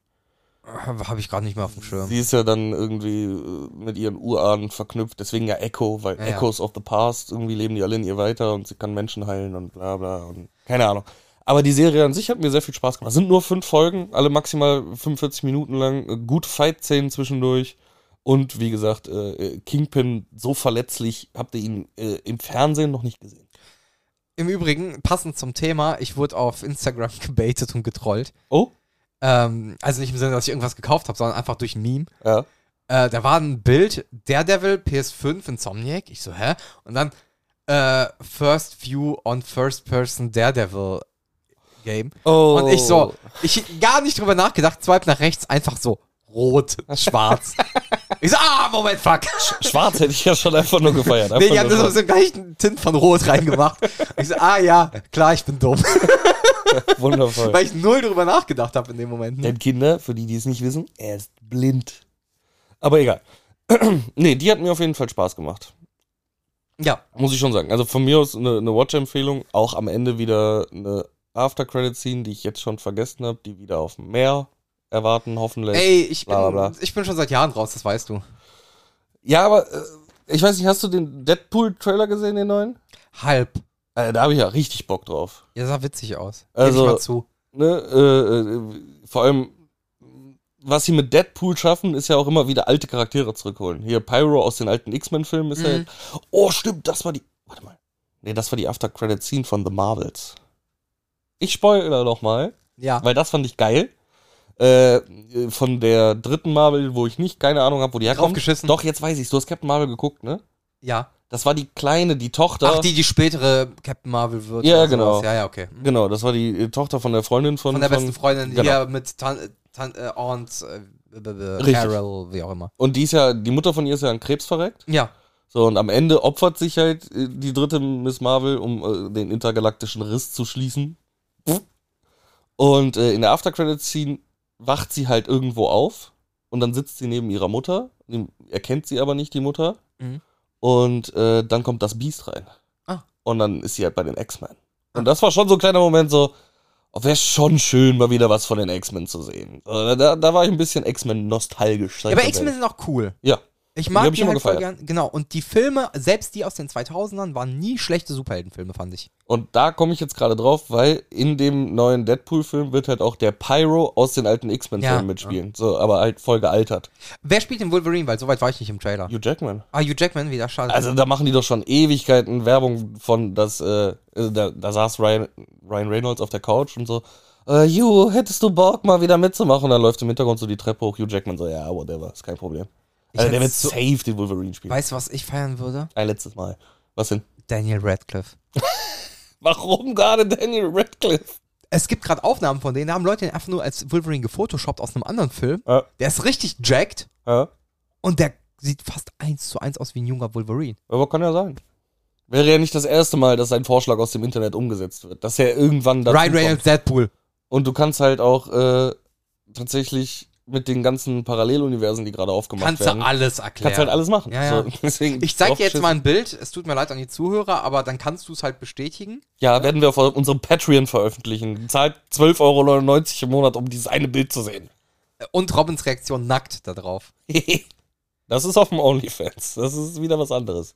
Äh,
Habe ich gerade nicht mehr auf dem Schirm.
Sie ist ja dann irgendwie äh, mit ihren Urahnen verknüpft, deswegen ja Echo, weil
Ja, ja.
Echoes of the Past, irgendwie leben die alle in ihr weiter und sie kann Menschen heilen und bla bla und keine Ahnung. Aber die Serie an sich hat mir sehr viel Spaß gemacht. Es sind nur fünf Folgen, alle maximal 45 Minuten lang, äh, gute Fight-Szenen zwischendurch. Und wie gesagt, äh, äh, Kingpin so verletzlich, habt ihr ihn äh, im Fernsehen noch nicht gesehen.
Im Übrigen, passend zum Thema, ich wurde auf Instagram gebaitet und getrollt.
Oh?
Ähm, also nicht im Sinne, dass ich irgendwas gekauft habe, sondern einfach durch ein Meme.
Ja.
äh, da war ein Bild Daredevil PS5 Insomniac. Ich so, hä? Und dann äh, First View on First Person Daredevil Game.
Oh.
Und ich so, ich gar nicht drüber nachgedacht, swipe nach rechts, einfach so rot, schwarz. ich so, ah, Moment, fuck.
Schwarz hätte ich ja schon einfach nur gefeiert.
Nee,
Einfach
die haben
nur
das aus dem gleichen Tint von rot reingemacht. ich so, ah ja, klar, ich bin dumm.
schwarz. Wundervoll.
Weil ich null drüber nachgedacht habe in dem Moment.
Denn Kinder, ne? für die, die es nicht wissen, er ist blind. Aber egal. nee, die hat mir auf jeden Fall Spaß gemacht.
Ja,
Muss ich schon sagen. Also von mir aus eine, eine Watch-Empfehlung. Auch am Ende wieder eine After-Credit-Scene, die ich jetzt schon vergessen habe, die wieder auf dem Meer erwarten, hoffentlich.
ey, ich bin,
Bla, bla, bla.
ich bin schon seit Jahren raus, das weißt du.
Ja, aber äh, ich weiß nicht, hast du den Deadpool-Trailer gesehen, den neuen?
Halb.
Äh, da habe ich ja richtig Bock drauf.
Ja, sah witzig aus.
Also-
Gebe ich mal zu.
ne, äh, äh, vor allem, was sie mit Deadpool schaffen, ist ja auch immer wieder alte Charaktere zurückholen. Hier Pyro aus den alten X-Men-Filmen ist ja.
Mhm.
Jetzt. Oh, stimmt, das war die. Warte mal. Nee, das war die After-Credit-Scene von The Marvels. Ich spoilere noch mal,
Ja.
weil das fand ich geil. Äh, von der dritten Marvel, wo ich nicht keine Ahnung habe, wo die herkommt.
Draufgeschissen.
Doch, jetzt weiß ich's. Du hast Captain Marvel geguckt, ne?
Ja.
Das war die kleine, die Tochter.
Ach, die, die spätere Captain Marvel wird.
Ja,
oder sowas.
genau.
Ja, ja, okay.
Genau, das war die äh, Tochter von der Freundin von.
Von der besten Freundin
genau.
hier mit Tan Tan äh, Aunt äh, b- b- b-
Richtig.
Carol, wie auch immer.
Und die ist ja, die Mutter von ihr ist ja an Krebs verreckt.
Ja.
So, und am Ende opfert sich halt äh, die dritte Miss Marvel, um äh, den intergalaktischen Riss zu schließen. Und äh, in der After-Credit-Scene wacht sie halt irgendwo auf und dann sitzt sie neben ihrer Mutter, die- erkennt sie aber nicht, die Mutter.
Mhm.
Und äh, dann kommt das Biest rein.
Ah.
Und dann ist sie halt bei den X-Men. Und das war schon so ein kleiner Moment so, oh, wäre schon schön, mal wieder was von den X-Men zu sehen. Äh, Da, da war ich ein bisschen X-Men nostalgisch. sag
ja aber
ich ganz
X-Men
ehrlich.
sind auch cool.
Ja,
Ich mag
hab
die,
ich immer
halt voll
gefeiert.
gern. Genau. Und die Filme, selbst die aus den 2000ern, waren nie schlechte Superheldenfilme, fand ich.
Und da komme ich jetzt gerade drauf, weil in dem neuen Deadpool-Film wird halt auch der Pyro aus den alten X-Men-Filmen
Ja.
mitspielen. So, aber halt voll gealtert.
Wer spielt den Wolverine? Weil soweit war ich nicht im Trailer.
Hugh Jackman.
Ah, Hugh Jackman wieder, schade.
Also da machen die doch schon Ewigkeiten Werbung von, dass, äh, also da, da saß Ryan, Ryan Reynolds auf der Couch und so, äh, Hugh, hättest du Bock, mal wieder mitzumachen? Und dann läuft im Hintergrund so die Treppe hoch, Hugh Jackman so, ja, whatever, ist kein Problem.
Ich
Also der wird
hätt's so-
safe den Wolverine spielen.
weißt du, was ich feiern würde?
Ein letztes Mal. Was denn?
Daniel Radcliffe.
Warum gerade Daniel Radcliffe?
Es gibt gerade Aufnahmen von denen, da haben Leute den einfach nur als Wolverine gefotoshoppt aus einem anderen Film.
Ja,
Der ist richtig jacked.
ja.
Und der sieht fast eins zu eins aus wie ein junger Wolverine.
Aber kann ja sein. Wäre ja nicht das erste Mal, dass ein Vorschlag aus dem Internet umgesetzt wird, dass er irgendwann dazu
Ryan Reynolds, Deadpool.
Und du kannst halt auch äh, tatsächlich mit den ganzen Paralleluniversen, die gerade aufgemacht
Kannst
werden,
du alles erklären.
kannst halt alles machen.
Ja, ja.
So, deswegen
ich zeig dir jetzt
draufschissen.
mal ein Bild. Es tut mir leid an die Zuhörer, aber dann kannst du es halt bestätigen.
Ja, werden wir auf unserem Patreon veröffentlichen. Zahlt 12,99 Euro im Monat, um dieses eine Bild zu sehen.
Und Robins Reaktion nackt da drauf.
das ist auf dem OnlyFans. Das ist wieder was anderes.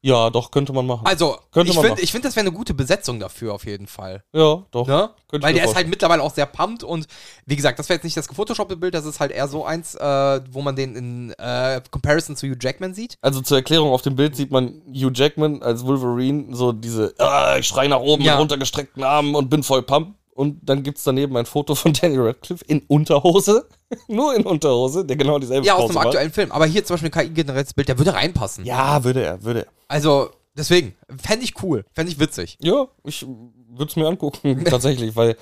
Ja, doch, könnte man machen.
Also,
Könnte
ich
man
finde,
machen.
ich find, das wäre eine gute Besetzung dafür auf jeden Fall.
ja, doch.
Ne?
Könnte
Weil
ich mir
der ist halt mittlerweile auch sehr pumped und wie gesagt, das wäre jetzt nicht das gefotoshoppte Bild, das ist halt eher so eins, äh, wo man den in äh, Comparison zu Hugh Jackman sieht.
Also zur Erklärung, auf dem Bild sieht man Hugh Jackman als Wolverine, so diese, "Ah, ich schrei nach oben
Ja.
mit runtergestreckten Armen und bin voll Pump. Und dann gibt's daneben ein Foto von Daniel Radcliffe in Unterhose. Nur in Unterhose, der genau dieselbe
Ja, aus
Pose
einem
macht.
aktuellen Film. Aber hier zum Beispiel ein KI-generiertes Bild, der würde reinpassen.
Ja, würde er, würde er.
Also, deswegen, fände ich cool, fände ich witzig.
Ja, ich würde es mir angucken, tatsächlich, weil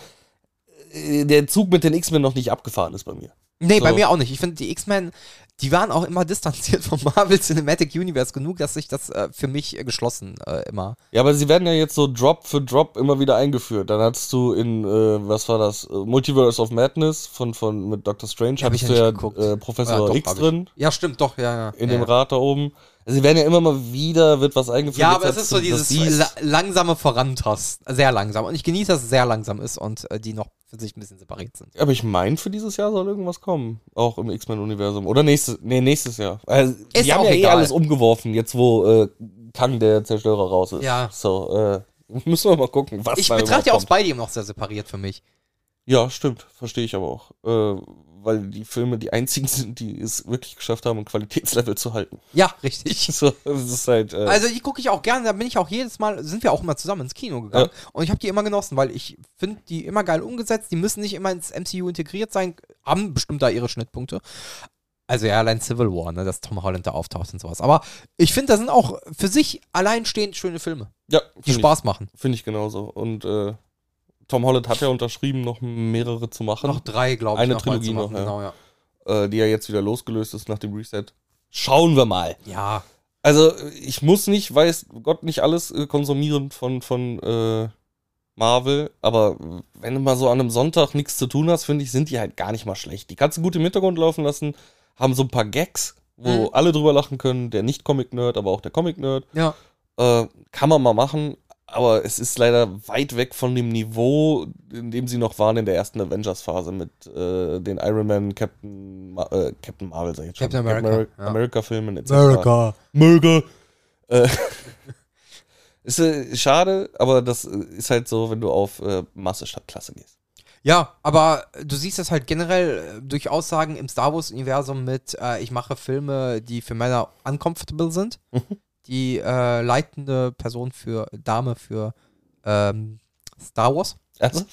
äh, der Zug mit den X-Men noch nicht abgefahren ist bei mir.
Nee, bei
So.
mir auch nicht. Ich finde, die X-Men, die waren auch immer distanziert vom Marvel Cinematic Universe genug, dass sich das äh, für mich äh, geschlossen äh, immer.
Ja, aber sie werden ja jetzt so Drop für Drop immer wieder eingeführt. Dann hattest du in, äh, was war das? Äh, Multiverse of Madness von, von mit Doctor Strange,
hab ich
hattest
ja nicht
du
geguckt. Ah,
ja äh, Professor
doch,
X
hab ich.
drin,
Ja, stimmt, doch, ja, ja.
in
ja,
dem Rad da oben. Also sie werden ja immer mal wieder, wird was eingeführt.
Ja,
Jetzt
aber es
hast
ist
du
so
das
dieses la
East.
langsame Vorantasten. Sehr langsam. Und ich genieße, dass es sehr langsam ist und äh, die noch für sich ein bisschen separiert sind.
Aber ich meine, für dieses Jahr soll irgendwas kommen. Auch im X-Men-Universum. Oder nächstes, nee, nächstes Jahr. Also,
Ist
die haben
auch
ja eh
egal.
alles umgeworfen, jetzt wo äh, Kang der Zerstörer raus ist.
Ja.
So, äh, müssen wir mal gucken, was
Ich
da
betrachte ja auch
überhaupt kommt.
Spidey immer noch sehr separiert für mich.
Ja, stimmt. Verstehe ich aber auch. Äh, weil die Filme die einzigen sind, die es wirklich geschafft haben, ein Qualitätslevel zu halten.
Ja, richtig.
So, das ist halt. Äh,
Also die gucke ich auch gerne, da bin ich auch jedes Mal, sind wir auch immer zusammen ins Kino gegangen und ich habe die immer genossen, weil ich finde die immer geil umgesetzt, die müssen nicht immer ins MCU integriert sein, haben bestimmt da ihre Schnittpunkte. Also ja, allein Civil War, ne, dass Tom Holland da auftaucht und sowas. Aber ich finde, das sind auch für sich alleinstehend schöne Filme,
ja,
die
finde
Spaß machen.
ich, find ich genauso. Und äh, Tom Holland hat ja unterschrieben, noch mehrere zu machen,
Noch drei, glaube ich.
Eine
noch mal
Trilogie
zu machen,
noch, ja.
Genau, ja.
äh, die ja jetzt wieder losgelöst ist nach dem Reset. Schauen wir mal.
Ja,
Also, ich muss nicht, weiß Gott, nicht alles äh, konsumieren von, von äh, Marvel, aber wenn du mal so an einem Sonntag nichts zu tun hast, finde ich, sind die halt gar nicht mal schlecht. Die kannst du gut im Hintergrund laufen lassen, haben so ein paar Gags, wo
Mhm.
alle drüber lachen können, der Nicht-Comic-Nerd, aber auch der Comic-Nerd.
ja.
Äh, kann man mal machen, aber es ist leider weit weg von dem Niveau, in dem sie noch waren in der ersten Avengers-Phase mit äh, den Iron Man, Captain, Ma äh, Captain Marvel, sag ich jetzt schon.
Captain America,
Ameri-
ja.
America-Filmen etc. Möge. Äh, ist äh, schade, aber das äh, ist halt so, wenn du auf äh, Masse statt Klasse gehst.
Ja, aber du siehst das halt generell äh, durch Aussagen im Star Wars-Universum mit, äh, ich mache Filme, die für Männer uncomfortable sind. die äh, leitende Person für Dame für ähm, Star Wars.
Also?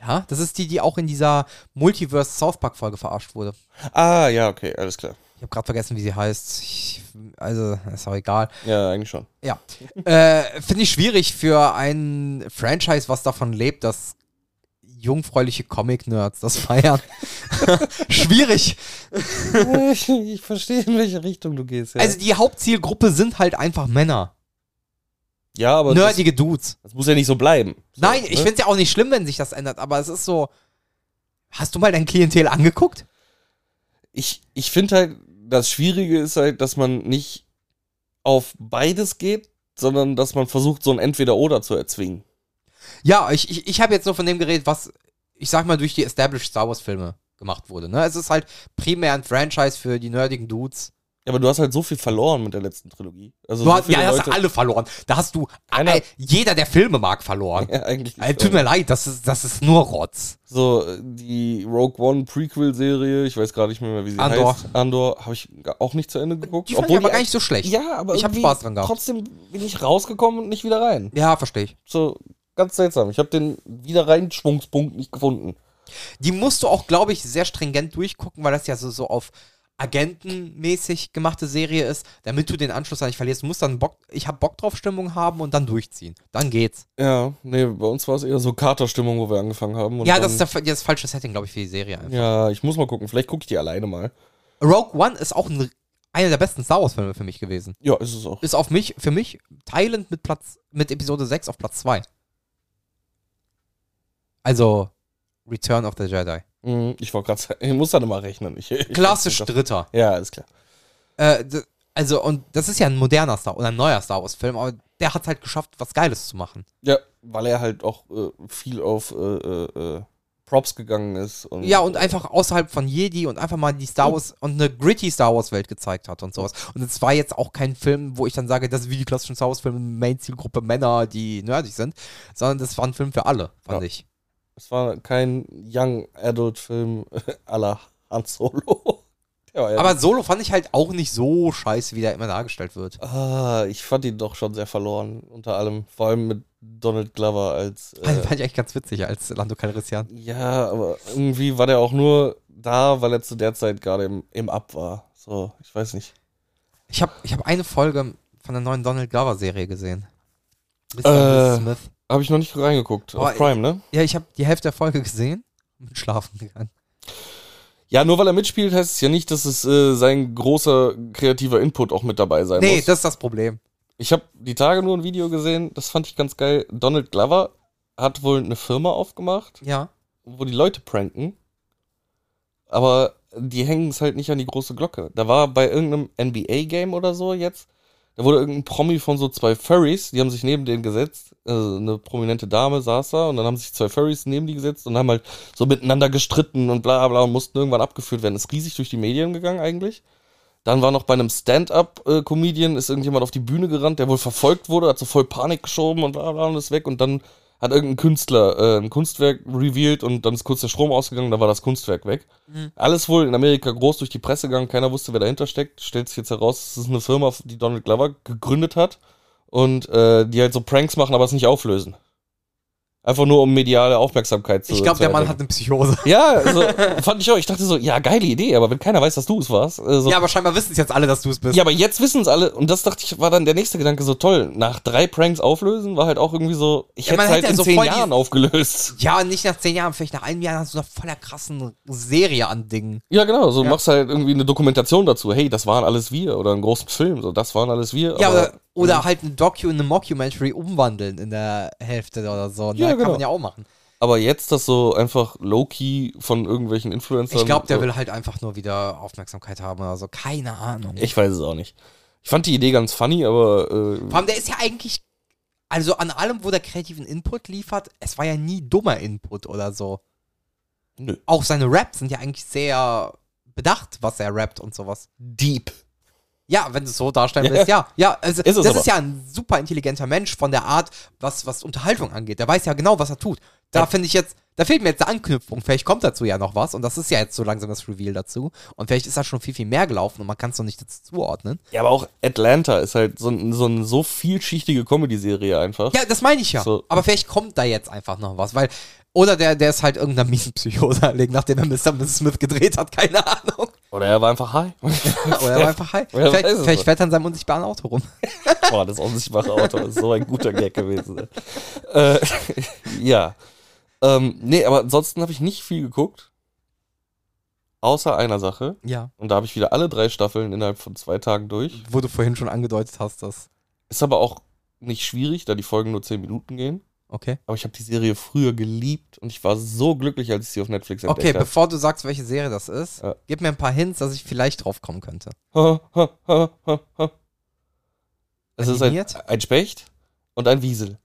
Ja, das ist die, die auch in dieser Multiverse South Park-Folge verarscht wurde.
Ah, ja, okay, alles klar.
Ich habe gerade vergessen, wie sie heißt. Ich, also, ist auch egal.
Ja, eigentlich schon.
Ja. äh, Finde ich schwierig für ein Franchise, was davon lebt, dass jungfräuliche Comic-Nerds das feiern. schwierig.
ich ich verstehe, in welche Richtung du gehst. Ja,
Also die Hauptzielgruppe sind halt einfach Männer.
ja aber das,
Nerdige Dudes.
das muss ja nicht so bleiben. So,
Nein, ich
ne?
finde es ja auch nicht schlimm, wenn sich das ändert, aber es ist so. Hast du mal dein Klientel angeguckt?
ich, ich finde halt, das Schwierige ist halt, dass man nicht auf beides geht, sondern dass man versucht, so ein Entweder-Oder zu erzwingen.
Ja, ich, ich, ich habe jetzt nur von dem geredet, was, ich sag mal, durch die Established Star Wars-Filme gemacht wurde. Ne? Es ist halt primär ein Franchise für die nerdigen Dudes.
Ja, aber du hast halt so viel verloren mit der letzten Trilogie. Also
Du
so
hast,
viele
ja, hast
Leute-
du alle verloren. Da hast du
Keiner-
äh, jeder, der Filme mag, verloren.
Ja, eigentlich.
Äh,
schon.
tut mir leid, das ist, das ist nur Rotz.
So, äh, die Rogue One Prequel-Serie, ich weiß gerade nicht mehr, wie sie
Andor.
heißt. Andor. Habe ich ga- auch nicht zu Ende geguckt.
Die fand ich aber gar nicht so schlecht.
Ja, aber
Ich hab
irgendwie
Spaß dran gehabt.
Trotzdem bin ich rausgekommen und nicht wieder rein.
ja verstehe ich.
So, ganz seltsam. Ich habe den Wiederreinschwungspunkt nicht gefunden.
Die musst du auch, glaube ich, sehr stringent durchgucken, weil das ja so, so auf agentenmäßig gemachte Serie ist, damit du den Anschluss da nicht verlierst. Du musst dann Bock, ich hab Bock drauf, Stimmung haben und dann durchziehen. Dann geht's.
Ja, nee, bei uns war es eher so Katerstimmung, wo wir angefangen haben. und
ja,
dann-
das ist der, das falsche Setting, glaube ich, für die Serie. einfach.
Ja, ich muss mal gucken. Vielleicht gucke ich die alleine mal.
Rogue One ist auch ein, einer der besten Star Wars-Filme für mich gewesen.
Ja, ist es auch.
Ist auf mich, für mich, teilend mit Platz, mit Episode 6 auf Platz 2. Also, Return of the Jedi.
Mhm, Ich wollte gerade sagen, ich muss dann immer rechnen. Ich, ich
Klassisch Dritter.
Ja, ist klar.
Äh, d- also, und das ist ja ein moderner Star oder ein neuer Star Wars-Film, aber der hat halt geschafft, was Geiles zu machen.
Ja, weil er halt auch äh, viel auf äh, äh, äh, Props gegangen ist. Und
Ja, und einfach außerhalb von Jedi und einfach mal die Star Wars und eine gritty Star Wars-Welt gezeigt hat und sowas. Und es war jetzt auch kein Film, wo ich dann sage, das ist wie die klassischen Star Wars-Filme, Main-Zielgruppe Männer, die nerdig sind, sondern das war ein Film für alle, fand
Ja.
ich.
Es war kein Young Adult Film à la Han Solo. Ja, ja.
Aber Solo fand ich halt auch nicht so scheiße, wie der immer dargestellt wird.
Ah, ich fand ihn doch schon sehr verloren, unter allem. Vor allem mit Donald Glover als.
Den
Äh,
fand ich eigentlich ganz witzig als Lando Calrissian.
ja, aber irgendwie war der auch nur da, weil er zu der Zeit gerade im, im Up war. So, ich weiß nicht.
Ich habe ich hab eine Folge von der neuen Donald Glover-Serie gesehen.
Äh.
Mr. Smith.
Habe ich noch nicht reingeguckt.
Aber
auf Prime, ne?
Ja, ich habe die Hälfte der Folge gesehen und bin schlafen gegangen.
Ja, nur weil er mitspielt, heißt es ja nicht, dass es äh, sein großer kreativer Input auch mit dabei sein
Nee,
muss.
das ist das Problem.
Ich habe die Tage nur ein Video gesehen, das fand ich ganz geil. Donald Glover hat wohl eine Firma aufgemacht,
Ja.
wo die Leute pranken. Aber die hängen es halt nicht an die große Glocke. Da war bei irgendeinem NBA-Game oder so jetzt, da wurde irgendein Promi von so zwei Furries, die haben sich neben den gesetzt. Also eine prominente Dame saß da und dann haben sich zwei Furries neben die gesetzt und haben halt so miteinander gestritten und bla bla und mussten irgendwann abgeführt werden. Ist riesig durch die Medien gegangen eigentlich. Dann war noch bei einem Stand-up-Comedian, ist irgendjemand auf die Bühne gerannt, der wohl verfolgt wurde, hat so voll Panik geschoben und bla bla und ist weg. Und dann hat irgendein Künstler äh, ein Kunstwerk revealed und dann ist kurz der Strom ausgegangen, da war das Kunstwerk weg.
Mhm.
Alles wohl in Amerika groß durch die Presse gegangen, keiner wusste, wer dahinter steckt. Stellt sich jetzt heraus, es ist eine Firma, die Donald Glover gegründet hat und äh, die halt so Pranks machen, aber es nicht auflösen. Einfach nur um mediale Aufmerksamkeit zu
Ich glaube,
zu
der Mann
erregen.
hat eine Psychose.
Ja, also, fand ich auch. Ich dachte so, ja, geile Idee, aber wenn keiner weiß, dass du es warst. äh, so,
Ja, aber scheinbar wissen es jetzt alle, dass du es bist.
ja, aber jetzt wissen es alle. Und das dachte ich, war dann der nächste Gedanke so toll. Nach drei Pranks auflösen war halt auch irgendwie so, ich
Ja,
hätte
man
es
hat
halt
ja
in
so
zehn
voll die-
Jahren aufgelöst.
Ja, und nicht nach zehn Jahren, vielleicht nach einem Jahr hast du noch voller krassen Serie an Dingen.
Ja, genau. So machst halt irgendwie eine Dokumentation dazu. Hey, das waren alles wir. Oder einen großen Film. So, das waren alles wir.
Ja,
aber-
oder, oder halt ein Docu in eine Mockumentary umwandeln in der Hälfte oder so. Ne?
Ja,
Kann
genau.
man ja auch machen.
aber jetzt das so einfach low-key von irgendwelchen Influencern.
Ich glaube, der
so,
will halt einfach nur wieder Aufmerksamkeit haben oder so. Keine Ahnung.
Ich weiß es auch nicht. Ich fand die Idee ganz funny, aber. Äh,
Vor allem, der ist ja eigentlich, also an allem, wo der kreativen Input liefert, es war ja nie dummer Input oder so.
nö.
Auch seine Raps sind ja eigentlich sehr bedacht, was er rappt und sowas.
Deep.
Ja, wenn du es so darstellen
Ja.
willst, ja. Ja, also,
Ist es
das
aber.
ist ja ein super intelligenter Mensch von der Art, was, was Unterhaltung angeht. Der weiß ja genau, was er tut. Da
Ja.
finde ich jetzt, da fehlt mir jetzt eine Anknüpfung. Vielleicht kommt dazu ja noch was und das ist ja jetzt so langsam das Reveal dazu. Und vielleicht ist da schon viel, viel mehr gelaufen und man kann es noch nicht dazu zuordnen.
Ja, aber auch Atlanta ist halt so, ein- so eine so vielschichtige Comedy-Serie einfach.
Ja, das meine ich ja.
So.
Aber vielleicht kommt da jetzt einfach noch was, weil. Oder der, der ist halt irgendeiner miesen Psychose erlegen, nachdem er Mr. und Mrs. Smith gedreht hat, keine Ahnung.
Oder er war einfach high.
Oder er war einfach high.
Wer
Vielleicht,
weiß es
vielleicht
so.
fährt er in seinem unsichtbaren Auto rum.
Boah, das unsichtbare Auto ist so ein guter Gag gewesen. Äh, ja. Ähm, nee, aber ansonsten habe ich nicht viel geguckt. Außer einer Sache.
Ja.
Und da habe ich wieder alle drei Staffeln innerhalb von zwei Tagen durch.
Wo du vorhin schon angedeutet hast, dass.
Ist aber auch nicht schwierig, da die Folgen nur zehn Minuten gehen.
Okay.
Aber ich habe die Serie früher geliebt und ich war so glücklich, als ich sie auf Netflix
Okay,
entdeckt
bevor du sagst, welche Serie das ist,
Ja.
gib mir ein paar Hints, dass ich vielleicht drauf kommen könnte.
habe. Es ist halt ein,
Animiert?
ein Specht und ein Wiesel.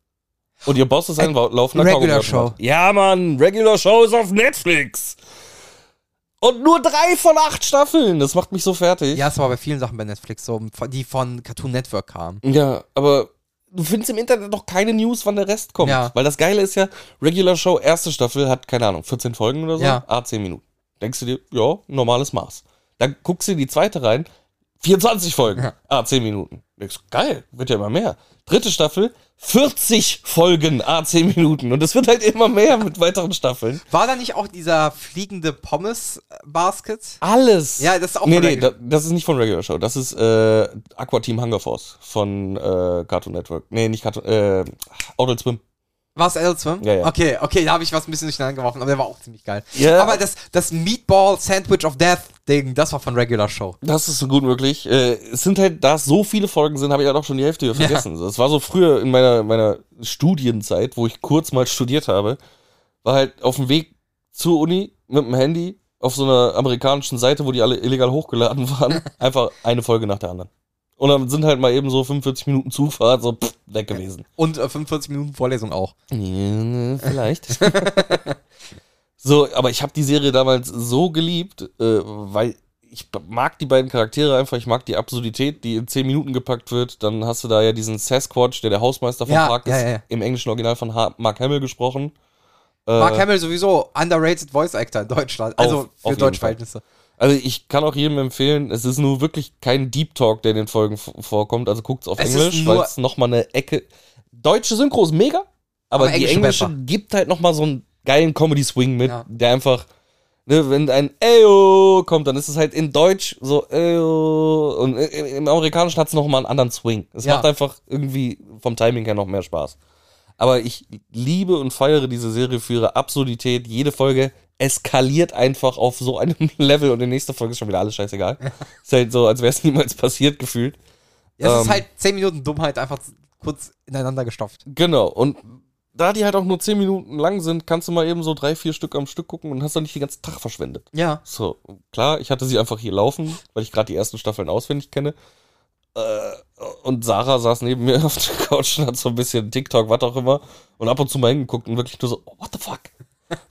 Und ihr Boss ist ein wa- laufender
Regular
Kaugummiautomat. Ja, Mann, Regular Show ist auf Netflix. Und nur drei von acht Staffeln. Das macht mich so fertig.
Ja, es war bei vielen Sachen bei Netflix so, von- die von Cartoon Network kamen.
Ja, aber du findest im Internet noch keine News, wann der Rest kommt.
Ja.
Weil das Geile ist ja, Regular Show, erste Staffel hat, keine Ahnung, 14 Folgen oder so,
Ja.
A, 10 Minuten. Denkst du dir, ja, normales Maß. Dann guckst du in die zweite rein, 24 Folgen,
Ja.
A, 10 Minuten. Denkst du, geil, wird ja immer mehr. Dritte Staffel, 40 Folgen, A, 10 Minuten. Und es wird halt immer mehr mit weiteren Staffeln.
War da nicht auch dieser fliegende Pommes-Basket?
Alles.
Ja, das ist auch
Nee,
von
nee,
Regular-
da, das ist nicht von Regular Show. Das ist äh, Aqua Team Hunger Force von äh, Cartoon Network. Nee, nicht Cartoon, äh, Adult Swim.
War es Adult Swim?
Ja, ja.
Okay, okay, da habe ich was ein bisschen durcheinander geworfen, aber der war auch ziemlich geil.
Ja.
Aber das, das Meatball Sandwich of Death-Ding, das war von Regular Show.
Das ist so gut möglich. Äh, es sind halt, da es so viele Folgen sind, habe ich halt auch schon die Hälfte hier vergessen. Das war so früher in meiner, meiner Studienzeit, wo ich kurz mal studiert habe, war halt auf dem Weg zur Uni mit dem Handy auf so einer amerikanischen Seite, wo die alle illegal hochgeladen waren, einfach eine Folge nach der anderen. Und dann sind halt mal eben so 45 Minuten Zufahrt, so pff, weg gewesen.
Und äh, 45 Minuten Vorlesung auch.
Ja, vielleicht. so, aber ich habe die Serie damals so geliebt, äh, weil ich b- mag die beiden Charaktere einfach, ich mag die Absurdität, die in 10 Minuten gepackt wird. Dann hast du da ja diesen Sasquatch, der der Hausmeister vom
Ja,
Park
ja,
ist,
ja, ja.
im englischen Original von ha Mark Hamill gesprochen.
Mark Hamill sowieso underrated Voice Actor in Deutschland, also
Äh. auf
für
jeden
deutsche Verhältnisse.
Also ich kann auch jedem empfehlen, es ist nur wirklich kein Deep Talk, der in den Folgen v- vorkommt. Also guckt's auf
Es ist
Englisch,
nur-
weil es nochmal eine Ecke. Deutsche Synchro ist mega, aber,
Aber
die
Englische
englische
besser.
gibt halt nochmal so einen geilen Comedy-Swing mit,
Ja.
der einfach, ne, wenn ein Eyo kommt, dann ist es halt in Deutsch so Eyo. Und i- i- im Amerikanischen hat's noch nochmal einen anderen Swing. Es
Ja.
macht einfach irgendwie vom Timing her noch mehr Spaß. Aber ich liebe und feiere diese Serie für ihre Absurdität. Jede Folge eskaliert einfach auf so einem Level und die nächste Folge ist schon wieder alles scheißegal. Ist halt so, als wäre es niemals passiert gefühlt.
Es ist
Ähm.
halt 10 Minuten Dummheit einfach kurz ineinander gestopft.
Genau. Und da die halt auch nur 10 Minuten lang sind, kannst du mal eben so drei, vier Stück am Stück gucken und hast dann nicht den ganzen Tag verschwendet.
Ja.
So, klar, ich hatte sie einfach hier laufen, weil ich gerade die ersten Staffeln auswendig kenne. Äh, und Sarah saß neben mir auf der Couch und hat so ein bisschen TikTok, was auch immer, und ab und zu mal hingeguckt und wirklich nur so, "Oh, what the fuck?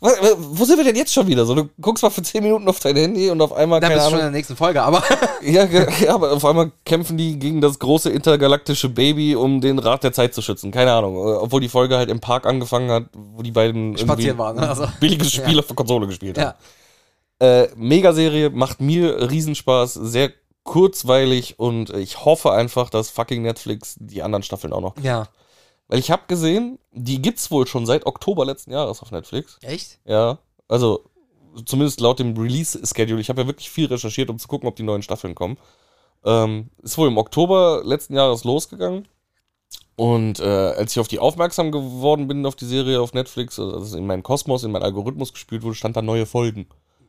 Wa- wa- Wo sind wir denn jetzt schon wieder? So, du guckst mal für 10 Minuten auf dein Handy und auf einmal,
Da
keine
bist du schon in
Ahnung,
der nächsten Folge, aber
ja, ge- ja, aber auf einmal kämpfen die gegen das große intergalaktische Baby, um den Rat der Zeit zu schützen. Keine Ahnung. Äh, Obwohl die Folge halt im Park angefangen hat, wo die beiden irgendwie
Spazieren waren, ne? Also-
billiges Spiel auf der Konsole gespielt haben.
ja.
Äh, Megaserie, macht mir Riesenspaß, sehr kurzweilig und ich hoffe einfach, dass fucking Netflix die anderen Staffeln auch noch.
Ja.
Weil ich habe gesehen, die gibt's wohl schon seit Oktober letzten Jahres auf Netflix.
Echt?
Ja, also zumindest laut dem Release-Schedule. Ich habe ja wirklich viel recherchiert, um zu gucken, ob die neuen Staffeln kommen. Ähm, ist wohl im Oktober letzten Jahres losgegangen. Und äh, als ich auf die aufmerksam geworden bin, auf die Serie auf Netflix, also dass es in meinen Kosmos, in meinen Algorithmus gespielt wurde, stand da neue Folgen.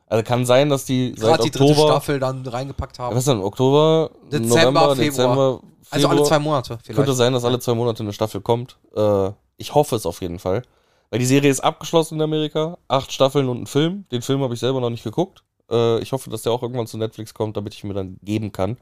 Also kann sein, dass die seit
Gerade die dritte
Oktober.
Staffel dann reingepackt
Ja,
haben.
was denn? Oktober,
Dezember,
November,
Februar.
Dezember, Februar.
also alle zwei Monate vielleicht.
Könnte sein, dass alle zwei Monate eine Staffel kommt. Äh, ich hoffe es auf jeden Fall. Weil die Serie ist abgeschlossen in Amerika. Acht Staffeln und ein Film. Den Film habe ich selber noch nicht geguckt. Äh, ich hoffe, dass der auch irgendwann zu Netflix kommt, damit ich ihn mir dann geben kann.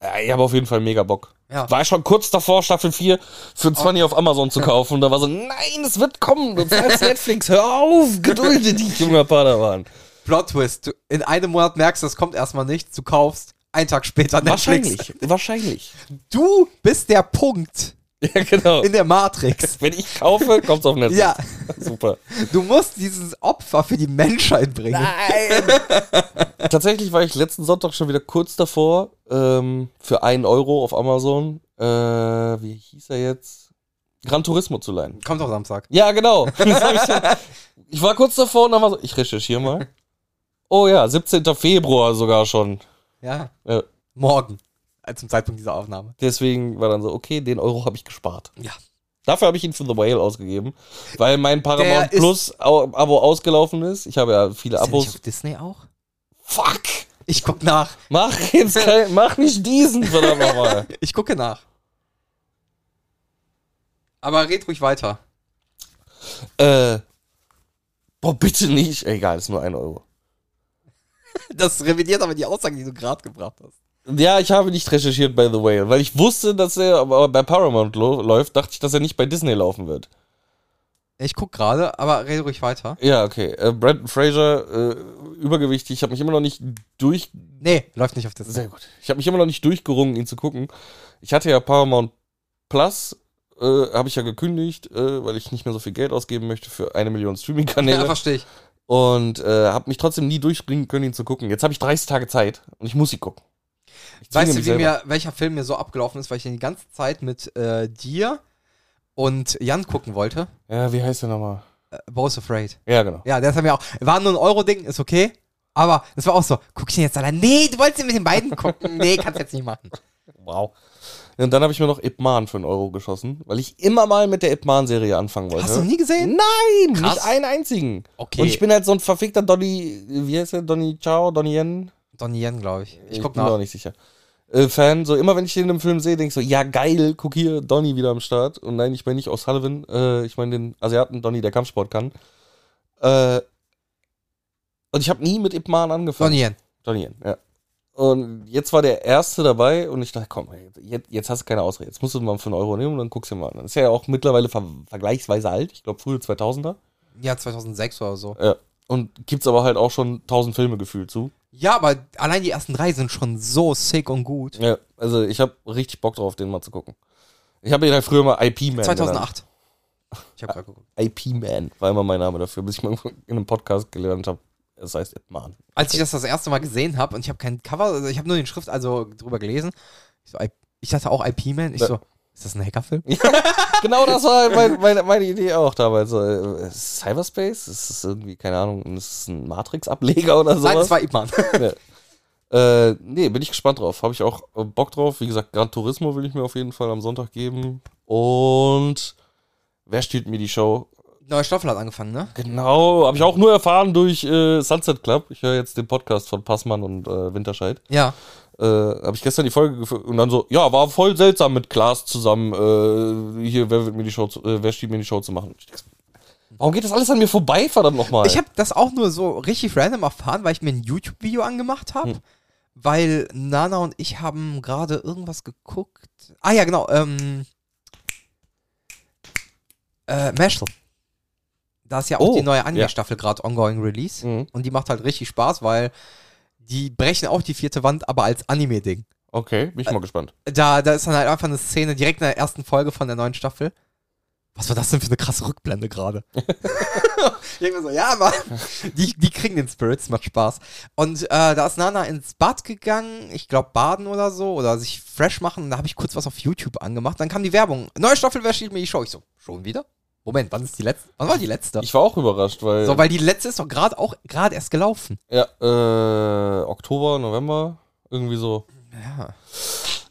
Äh, ich habe auf jeden Fall mega Bock.
Ja.
War schon kurz davor, Staffel 4 für ein 20 auf Amazon zu kaufen. Und da war so, nein, es wird kommen. Du zahlst Netflix, hör auf, gedulde dich, junger Padawan.
Plot Twist. Du in einem Monat merkst du, es kommt erstmal nichts, du kaufst, einen Tag später Netflix.
Wahrscheinlich, wahrscheinlich.
Du bist der Punkt
Ja, genau.
in der Matrix.
Wenn ich kaufe, kommt's auf Netflix.
Ja.
Super.
Du musst dieses Opfer für die Menschheit bringen.
Nein! Tatsächlich war ich letzten Sonntag schon wieder kurz davor, ähm, für einen Euro auf Amazon, äh, wie hieß er jetzt? Gran Turismo zu leihen.
Kommt doch Samstag.
Ja, genau. Das hab ich, schon- ich war kurz davor und dann war so, ich recherchiere mal. Oh ja, 17. Februar sogar schon.
Ja.
Ja.
Morgen. Äh, Zum Zeitpunkt dieser Aufnahme.
Deswegen war dann so, okay, den Euro habe ich gespart.
Ja.
Dafür habe ich ihn für The Whale ausgegeben, weil mein Paramount
ist-
Plus Au- Abo ausgelaufen ist. Ich habe ja viele Abos.
Disney auch?
Fuck!
Ich guck nach.
Mach jetzt kein, mach nicht diesen, verdammt nochmal.
Ich gucke nach. Aber red ruhig weiter.
Äh, boah, bitte nicht. Egal, ist nur ein Euro.
Das revidiert aber die Aussage, die du gerade gebracht hast.
Ja, ich habe nicht recherchiert bei The Whale, weil ich wusste, dass er aber bei Paramount lo- läuft, dachte ich, dass er nicht bei Disney laufen wird.
Ich guck gerade, aber red ruhig weiter.
Ja, okay. Äh, Brandon Fraser, äh, übergewichtig. Ich habe mich immer noch nicht durch...
Nee, läuft nicht auf Disney.
Sehr gut. Ich habe mich immer noch nicht durchgerungen, ihn zu gucken. Ich hatte ja Paramount Plus, äh, habe ich ja gekündigt, äh, weil ich nicht mehr so viel Geld ausgeben möchte für eine Million Streaming-Kanäle.
Ja, verstehe ich.
und äh, habe mich trotzdem nie durchbringen können, ihn zu gucken. Jetzt habe ich 30 Tage Zeit und ich muss sie gucken. Ich zwinge
Weißt du,
mich
wie
selber.
mir, welcher Film mir so abgelaufen ist, weil ich den die ganze Zeit mit äh, dir und Jan gucken wollte?
Ja, wie heißt der nochmal?
Äh, Both Afraid.
Ja, genau.
Ja, das haben wir auch. War nur ein Euro-Ding, ist okay. Aber es war auch so, guck ich den jetzt allein? Nee, du wolltest ihn mit den beiden gucken. Nee, kannst jetzt nicht machen.
Wow. Und dann habe ich mir noch Ip Man für einen Euro geschossen, weil ich immer mal mit der Ip Man-Serie anfangen wollte.
Hast du noch nie
Hm?
gesehen?
Nein,
Krass.
nicht einen einzigen.
Okay.
Und ich bin halt so ein verfickter Donny, wie heißt der? Donny Chao, Donny Yen?
Donnie Yen, glaube ich. Ich guck
bin mir auch
nach.
nicht sicher. Äh, Fan, so immer wenn ich den im Film sehe, denke ich so, ja geil, guck hier, Donny wieder am Start. Und nein, ich meine nicht aus Sullivan, äh, ich meine den Asiaten Donny, der Kampfsport kann. Äh, und ich habe nie mit Ip Man angefangen.
Donnie Yen.
Donnie Yen, ja. Und jetzt war der Erste dabei und ich dachte, komm, ey, jetzt, jetzt hast du keine Ausrede. Jetzt musst du mal für einen Euro nehmen und dann guckst du dir mal an. Ist ja auch mittlerweile ver vergleichsweise alt. Ich glaube, frühe 2000er.
Ja, 2006 oder so.
Ja. Und gibt's aber halt auch schon 1000 Filme gefühlt zu.
Ja, aber allein die ersten drei sind schon so sick und gut.
Ja. Also ich habe richtig Bock drauf, den mal zu gucken. Ich habe ihn halt früher mal IP-Man.
2008. Ich habe gerade geguckt.
IP-Man war immer mein Name dafür, bis ich mal in einem Podcast gelernt habe. Das heißt Edman.
Als ich das das erste Mal gesehen habe und ich habe kein Cover, also ich habe nur den Schrift also drüber gelesen. Ich, so, I- ich dachte auch IP-Man. Ich
Ja.
so, ist das ein Hackerfilm?
Genau das war mein, meine, meine Idee auch damals. So, äh, ist es Cyberspace? Ist es irgendwie, keine Ahnung, ist es ein Matrix-Ableger oder sowas?
Nein, das war Ip-Man.
Äh, nee, bin ich gespannt drauf. Habe ich auch äh, Bock drauf. Wie gesagt, Gran Turismo will ich mir auf jeden Fall am Sonntag geben. Und wer stiehlt mir die Show?
Neue Staffel hat angefangen, ne?
Genau, habe ich auch nur erfahren durch äh, Sunset Club. Ich höre jetzt den Podcast von Passmann und äh, Winterscheid.
Ja.
Äh, habe ich gestern die Folge geführt und dann so, ja, war voll seltsam mit Klaas zusammen, äh, hier, wer wird mir die Show, zu, äh, wer stiehlt mir die Show zu machen? Ich denk so, Warum geht das alles an mir vorbei, verdammt nochmal?
Ich habe das auch nur so richtig random erfahren, weil ich mir ein YouTube-Video angemacht
Hm.
habe. Weil Nana und ich haben gerade irgendwas geguckt. Ah ja, genau. Ähm, äh, Mashal. Da ist ja auch
Oh,
die neue
ja.
Anime-Staffel gerade ongoing release.
Mhm.
Und die macht halt richtig Spaß, weil die brechen auch die vierte Wand, aber als Anime-Ding.
Okay, bin ich mal gespannt.
Da, da ist dann halt einfach eine Szene direkt in der ersten Folge von der neuen Staffel. Was war das denn für eine krasse Rückblende gerade? ich denke mir so, ja, Mann. Die, die kriegen den Spirits, macht Spaß. Und äh, da ist Nana ins Bad gegangen, ich glaube baden oder so, oder sich fresh machen. Und da habe ich kurz was auf YouTube angemacht. Dann kam die Werbung. Neue Staffel, wer steht mir die Show? Ich so, schon wieder? Moment, wann ist die letzte? Wann war die letzte?
Ich äh, war auch überrascht, weil,
so, weil die letzte ist doch gerade auch gerade erst gelaufen.
ja, äh, Oktober, November, irgendwie so.
Ja.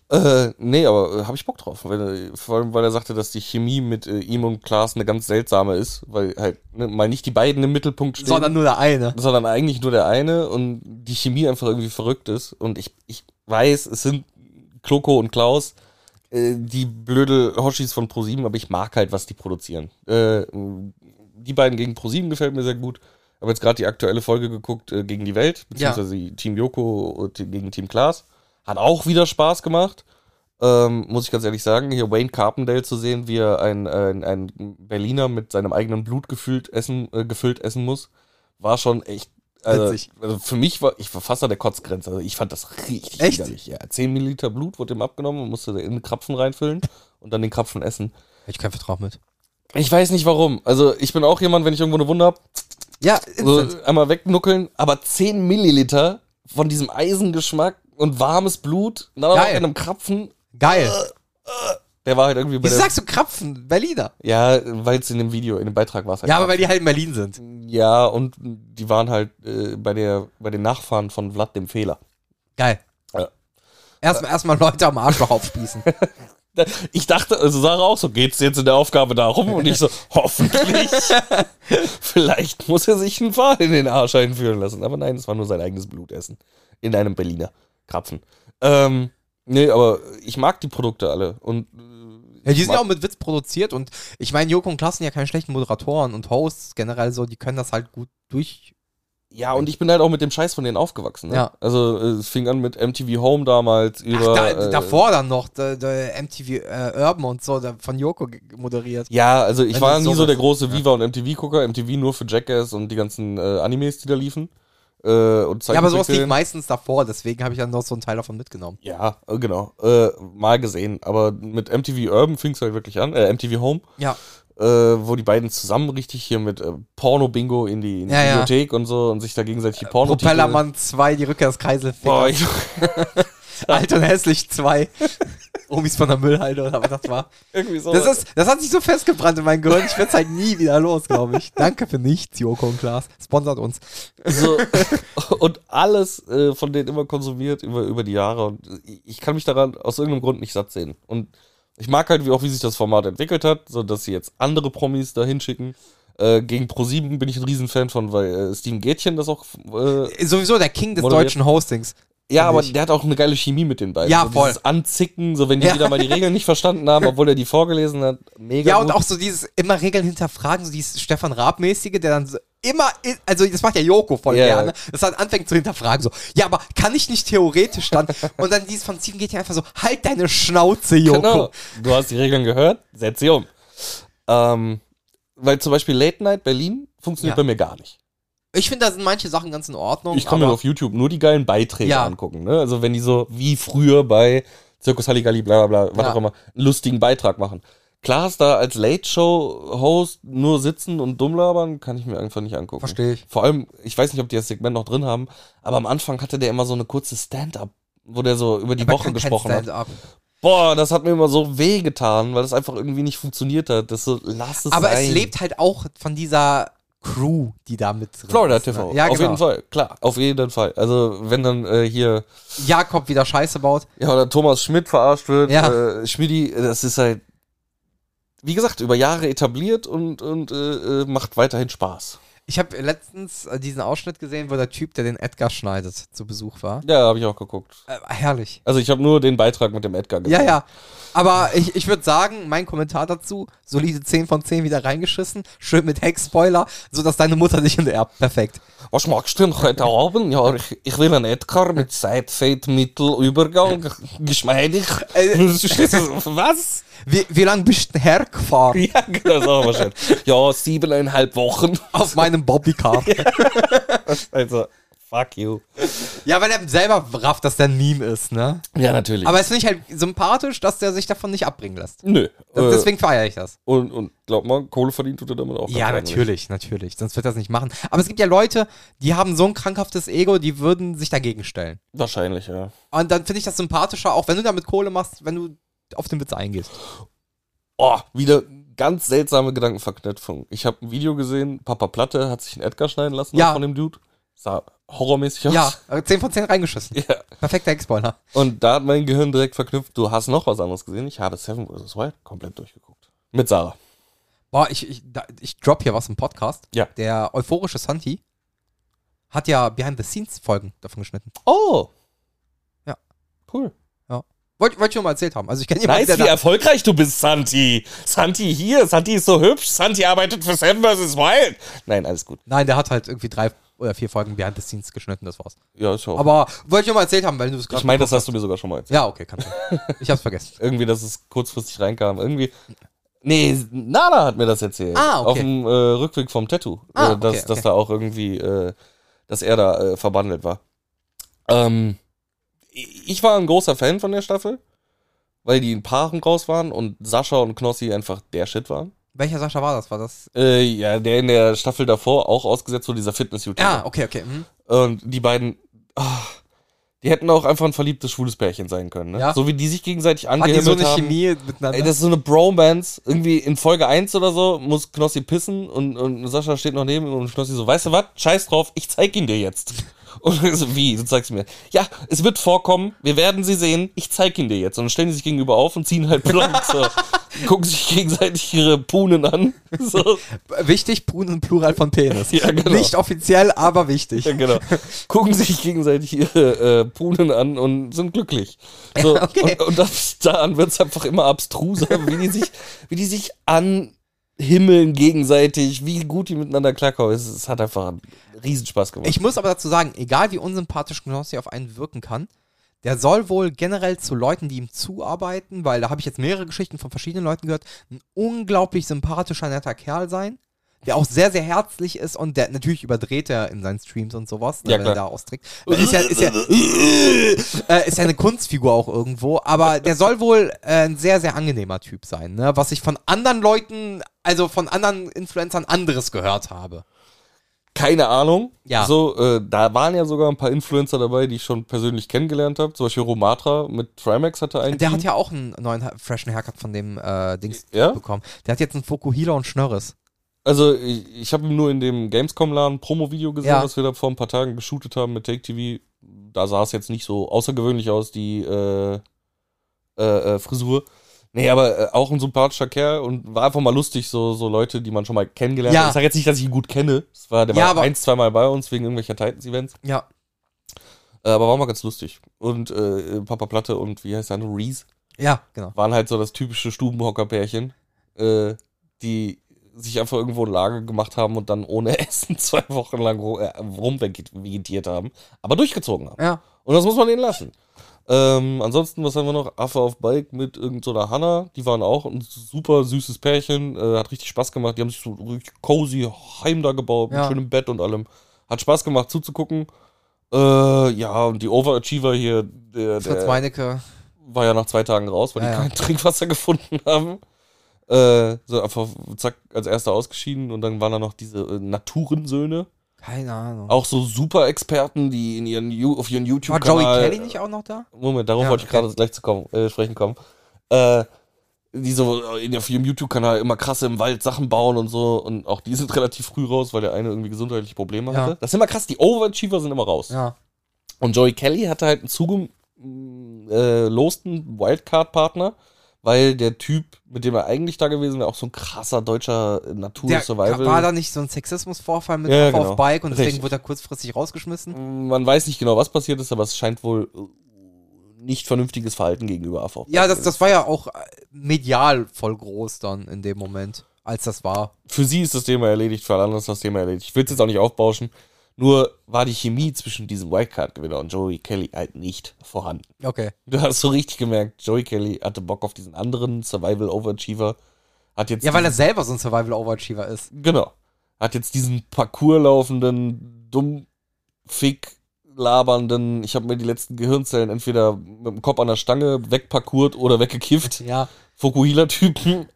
Äh, nee, aber äh, habe ich Bock drauf. Weil, äh, vor allem, weil er sagte, dass die Chemie mit äh, ihm und Klaas eine ganz seltsame ist, weil halt ne, mal nicht die beiden im Mittelpunkt stehen,
Sondern nur der eine.
sondern eigentlich nur der eine und die Chemie einfach irgendwie verrückt ist. Und ich, ich weiß, es sind Kloko und Klaus, äh, die blöde Hoshis von ProSieben, aber ich mag halt, was die produzieren. Äh, die beiden gegen ProSieben gefällt mir sehr gut. Habe jetzt gerade die aktuelle Folge geguckt äh, gegen die Welt, beziehungsweise Team Joko und die- gegen Team Klaas. Hat auch wieder Spaß gemacht. Ähm, muss ich ganz ehrlich sagen, hier Wayne Carpendale zu sehen, wie er ein, ein, ein Berliner mit seinem eigenen Blut gefüllt essen, äh, gefüllt essen muss, war schon echt. Also,
Witzig.
also für mich war, ich war fast an der Kotzgrenze. Also ich fand das richtig
Echt?
widerlich. Ja, 10 Milliliter Blut wurde ihm abgenommen und musste in den Krapfen reinfüllen und dann den Krapfen essen.
Hätte ich kein Vertrauen mit.
Ich weiß nicht warum. Also ich bin auch jemand, wenn ich irgendwo eine Wunde habe,
Ja,
so
instant.
einmal wegnuckeln, aber 10 Milliliter von diesem Eisengeschmack und warmes Blut, und dann auch
Geil.
in einem Krapfen,
Geil.
der war halt irgendwie bei
Wieso
der,
sagst du Krapfen? Berliner.
Ja, weil es in dem Video, in dem Beitrag war es halt.
Ja, aber weil die halt in Berlin sind.
ja, und die waren halt äh, bei der bei den Nachfahren von Vlad dem Fehler.
Geil.
Ja.
Erstmal erstmal Leute am Arschloch aufspießen.
Da- Ich dachte, also Sarah auch so, geht's jetzt in der Aufgabe darum? Und ich so, hoffentlich. Vielleicht muss er sich einen Pfahl in den Arsch einführen lassen. Aber nein, es war nur sein eigenes Blutessen. In einem Berliner Krapfen. Ähm, nee, aber ich mag die Produkte alle. Und äh,
Ja, die sind
Ma-
ja auch mit Witz produziert und ich meine, Joko und Klaas sind ja keine schlechten Moderatoren und Hosts generell so, die können das halt gut durch.
ja, und ich bin halt auch mit dem Scheiß von denen aufgewachsen. Ne?
Ja.
Also äh, es fing an mit MTV Home damals
Ach,
über.
da,
äh,
davor dann noch, der, der MTV äh, Urban und so, der von Joko ge- moderiert.
Ja, also ich
Wenn
war
es
nie
sowas
so der
ist,
große
ja.
Viva und MTV-Gucker. MTV nur für Jackass und die ganzen äh, Animes, die da liefen. Äh, und
Ja, aber sowas liegt
Zeichentrickserien.
meistens davor, deswegen habe ich dann noch so einen Teil davon mitgenommen.
Ja, äh, genau. Äh, mal gesehen. Aber mit MTV Urban fing es halt wirklich an, äh, MTV Home,
Ja.
äh, wo die beiden zusammen richtig hier mit äh, Porno-Bingo in die, in die
Ja, Äh, ja.
Bibliothek und so und sich da gegenseitig die Porno
Propellermann 2, die Rückkehr des
Boah,
Kreiselfingers.
ich,
Alt und hässlich 2. Omis von der Müllhalde oder was das war.
irgendwie so.
Das, ist, das hat sich so festgebrannt in meinem Gehirn. Ich werde es halt nie wieder los, glaube ich. Danke für nichts, Joko und Klaas. Sponsert uns.
so und alles äh, von denen immer konsumiert über, über die Jahre. Und ich- ich kann mich daran aus irgendeinem Grund nicht satt sehen. Und ich mag halt wie auch, wie sich das Format entwickelt hat, so dass sie jetzt andere Promis da hinschicken. Äh, gegen Pro7 bin ich ein Riesenfan von, weil äh, Steven Gätchen das auch äh,
Sowieso der King des
Moderiert.
deutschen Hostings.
Ja, aber
ich.
der hat auch eine geile Chemie mit den beiden.
Ja,
so
voll.
Dieses Anzicken, so wenn die
Ja.
wieder mal die Regeln nicht verstanden haben, obwohl er die vorgelesen hat. Mega.
Ja, und
gut.
auch so dieses immer Regeln hinterfragen, so dieses Stefan Raab-mäßige, der dann so immer, in, also das macht ja Joko voll
Ja,
gerne, ne?
ja.
das dann anfängt zu hinterfragen, so, ja, aber kann ich nicht theoretisch dann? und dann dieses von Steven geht ja einfach so, halt deine Schnauze, Joko.
Genau. Du hast die Regeln gehört, setz sie um. Ähm, weil zum Beispiel Late Night Berlin funktioniert
Ja.
bei mir gar nicht.
Ich finde, da sind manche Sachen ganz in Ordnung.
Ich kann mir
aber-
auf YouTube nur die geilen Beiträge
Ja.
angucken. Ne? Also wenn die so wie früher bei Zirkus Halligalli, bla bla bla, was
Ja.
auch immer, einen lustigen Beitrag machen. Klar ist da als Late-Show-Host nur sitzen und dumm labern, kann ich mir einfach nicht angucken.
Verstehe ich.
Vor allem, ich weiß nicht, ob die das Segment noch drin haben, aber am Anfang hatte der immer so eine kurze Stand-up, wo der so über die
Aber
Woche
kann kein
gesprochen ne? hat.
Stand-up.
Boah, das hat mir immer so weh getan, weil das einfach irgendwie nicht funktioniert hat. Das so, lass es
Aber
sein.
es lebt halt auch von dieser Crew, die da mit drin
Florida
ist, ne?
TV.
Ja,
auf
genau.
jeden Fall, klar, auf jeden Fall. Also, wenn dann äh, hier
Jakob wieder Scheiße baut.
Ja, oder Thomas Schmidt verarscht wird.
Ja.
Äh, Schmidi, das ist halt, wie gesagt, über Jahre etabliert und, und äh, äh, macht weiterhin Spaß.
Ich habe letztens äh, diesen Ausschnitt gesehen, wo der Typ, der den Edgar schneidet, zu Besuch war.
Ja, habe ich auch geguckt.
Äh, herrlich.
Also ich habe nur den Beitrag mit dem Edgar gesehen.
Ja, ja. Aber ich, ich würde sagen, mein Kommentar dazu, solide 10 von 10 wieder reingeschissen, schön mit Hex-Spoiler, sodass deine Mutter dich enterbt. Perfekt.
Was magst du denn heute Abend? Ja, ich, ich will einen Edgar mit Zeit, Fade, Mittel, Übergang, geschmeidig.
Äh,
Was?
Wie, wie lange bist du denn hergefahren?
Ja, genau, das auch wahrscheinlich. Ja, siebeneinhalb Wochen.
Auf meinem Bobbycar. Ja.
Also, fuck you.
ja, weil er selber rafft, dass der ein Meme ist, ne?
Ja, natürlich.
Aber es finde ich halt sympathisch, dass der sich davon nicht abbringen lässt.
Nö.
Das,
äh,
deswegen feiere ich das.
und, und glaub mal, Kohle verdient tut er damit auch.
Ja,
ganz ordentlich.
natürlich, natürlich. Sonst wird das nicht machen. Aber es gibt ja Leute, die haben so ein krankhaftes Ego, die würden sich dagegen stellen.
Wahrscheinlich, ja.
Und dann finde ich das sympathischer, auch wenn du damit Kohle machst, wenn du auf den Witz eingehst.
Oh, wieder ganz seltsame Gedankenverknüpfung. Ich habe ein Video gesehen, Papa Platte hat sich einen Edgar schneiden lassen
Ja.
auch von dem Dude. Sah horrormäßig aus.
Ja, äh, 10 von 10 reingeschissen.
Ja.
Perfekter Ex-Spoiler.
Und da hat mein Gehirn direkt verknüpft, du hast noch was anderes gesehen. Ich habe Seven vs. Wild komplett durchgeguckt. Mit Sarah.
Boah, ich, ich, da, ich drop hier was im Podcast.
Ja.
Der euphorische Santi hat ja Behind-the-Scenes-Folgen davon geschnitten.
Oh.
Ja.
Cool.
Wollte wollt ich schon mal erzählt haben. Also ich kenne jemanden,
Nice,
der
wie
da,
erfolgreich du bist, Santi. Santi hier, Santi ist so hübsch. Santi arbeitet für Seven vs. Wild. Nein, alles gut.
Nein, der hat halt irgendwie drei oder vier Folgen Behind-the-Scenes geschnitten, das war's.
Ja, ist ja auch.
Aber wollte ich schon mal erzählt haben, weil du es gerade...
ich meine, das hast du mir sogar schon mal erzählt.
ja, okay, kann sein. Ich hab's vergessen.
irgendwie, dass es kurzfristig reinkam. Irgendwie. Nee, Nana hat mir das erzählt.
Ah, okay.
Auf dem äh, Rückweg vom Tattoo.
Ah,
äh, dass,
okay, okay.
dass da auch irgendwie, äh, dass er da äh, verbandelt war. Ähm, ich war ein großer Fan von der Staffel, weil die in Paaren raus waren und Sascha und Knossi einfach der Shit waren.
Welcher Sascha war das? War das...
Äh, ja, der in der Staffel davor auch ausgesetzt wurde, dieser Fitness-YouTuber.
Ja, okay, okay. mhm.
Und die beiden, ah, die hätten auch einfach ein verliebtes schwules Pärchen sein können. Ne?
Ja.
So wie die sich gegenseitig
Hat die
angehimmelt
so eine
haben.
Chemie miteinander?
Ey, das ist so eine Bromance. Irgendwie in Folge 1 oder so muss Knossi pissen und, und Sascha steht noch neben ihm und Knossi so, weißt du was? Scheiß drauf, ich zeig ihn dir jetzt. Und er so, wie? Du zeigst mir. Ja, es wird vorkommen, wir werden sie sehen, ich zeig ihn dir jetzt. Und dann stellen die sich gegenüber auf und ziehen halt blank. So. Gucken sich gegenseitig ihre Punen an. So.
wichtig, Brunnen und Plural von Penis.
Ja, genau.
Nicht offiziell, aber wichtig.
Ja, genau. Gucken sich gegenseitig ihre äh, Punen an und sind glücklich. So,
Ja, okay.
Und, und ab da an wird's einfach immer abstruser, wie die sich, wie die sich anhimmeln gegenseitig, wie gut die miteinander klarkommen. Es, es hat einfach einen Riesenspaß gemacht.
Ich muss aber dazu sagen, egal wie unsympathisch Knossi auf einen wirken kann, der soll wohl generell zu Leuten, die ihm zuarbeiten, weil da habe ich jetzt mehrere Geschichten von verschiedenen Leuten gehört, ein unglaublich sympathischer, netter Kerl sein, der auch sehr, sehr herzlich ist und der natürlich überdreht er in seinen Streams und sowas, ne,
Ja,
wenn
klar.
er da austrickt. Ist ja, ist, ja, äh, ist ja eine Kunstfigur auch irgendwo, aber der soll wohl äh, ein sehr, sehr angenehmer Typ sein, ne? was ich von anderen Leuten, also von anderen Influencern anderes gehört habe.
Keine Ahnung.
Ja.
So, äh, da waren ja sogar ein paar Influencer dabei, die ich schon persönlich kennengelernt habe. Zum Beispiel Romatra mit Trimax hatte einen.
Der hat ja auch einen neuen ha freshen Haircut von dem äh, Dings
Ja?
bekommen. Der hat jetzt einen Fokuhila und Schnörres.
Also ich, ich habe ihn nur in dem Gamescom-Laden Promo-Video gesehen,
Ja.
was wir da vor ein paar Tagen geshootet haben mit Take TV. Da sah es jetzt nicht so außergewöhnlich aus, die äh, äh, äh, Frisur. Nee, aber äh, auch ein sympathischer Kerl und war einfach mal lustig, so, so Leute, die man schon mal kennengelernt
Ja.
hat. Ich sag jetzt nicht, dass ich ihn gut kenne. Es war, der
Ja,
war
aber-
ein, zweimal bei uns wegen irgendwelcher Titans-Events.
Ja.
Äh, aber war mal ganz lustig. Und äh, Papa Platte und wie heißt der andere? Reese
Ja, genau.
waren halt so das typische Stubenhocker-Pärchen, äh, die sich einfach irgendwo in Lage gemacht haben und dann ohne Essen zwei Wochen lang ru- äh, rumvegetiert haben, aber durchgezogen haben.
Ja.
Und das muss man denen lassen. Ähm, ansonsten, was haben wir noch? Affe auf Bike mit irgendeiner so einer Hanna. Die waren auch ein super süßes Pärchen. Äh, hat richtig Spaß gemacht. Die haben sich so richtig cozy heim da gebaut,
Ja.
mit schönem Bett und allem. Hat Spaß gemacht zuzugucken. Äh, ja, und die Overachiever hier, der,
Fritz
der,
Meinecke.
war ja nach zwei Tagen raus, weil
Ja,
die
ja.
kein Trinkwasser gefunden haben. Äh, so einfach zack, als erster ausgeschieden und dann waren da noch diese äh, Naturensöhne.
Keine Ahnung.
Auch so super Experten, die in ihren, Ju- auf ihren
War Joey
YouTube-Kanal.
Kelly nicht auch noch da?
Moment, darauf
Ja,
wollte ich
okay.
gerade gleich zu kommen, äh, sprechen kommen. Äh, die so äh, in auf ihrem YouTube-Kanal immer krasse im Wald Sachen bauen und so. Und auch die sind relativ früh raus, weil der eine irgendwie gesundheitliche Probleme
Ja.
hatte. Das ist immer krass, die Overachiever sind immer raus.
Ja.
Und Joey Kelly hatte halt einen zugelosten Wildcard-Partner, weil der Typ, mit dem er eigentlich da gewesen wäre, auch so ein krasser deutscher
Der,
Natur-Survival.
war da nicht so ein Sexismusvorfall mit
Ja,
Rauf
genau.
auf Bike und deswegen
Richtig. Mhm.
wurde er kurzfristig rausgeschmissen?
Man weiß nicht genau, was passiert ist, aber es scheint wohl äh, nicht vernünftiges Verhalten gegenüber AVP.
Ja, das, das war ja auch äh, medial voll groß dann in dem Moment, als das war.
für sie ist das Thema erledigt, für alle anderen ist das Thema erledigt. Ich will es jetzt auch nicht aufbauschen. Nur war die Chemie zwischen diesem Wildcard-Gewinner und Joey Kelly halt nicht vorhanden.
Okay.
Du hast so richtig gemerkt, Joey Kelly hatte Bock auf diesen anderen Survival-Overachiever. Hat jetzt
Ja, weil er
diesen,
selber so ein Survival-Overachiever ist.
genau. Hat jetzt diesen Parcours laufenden, dumm fick labernden, ich habe mir die letzten Gehirnzellen entweder mit dem Kopf an der Stange wegparcourt oder weggekifft.
Ja.
Fukuhila-Typen.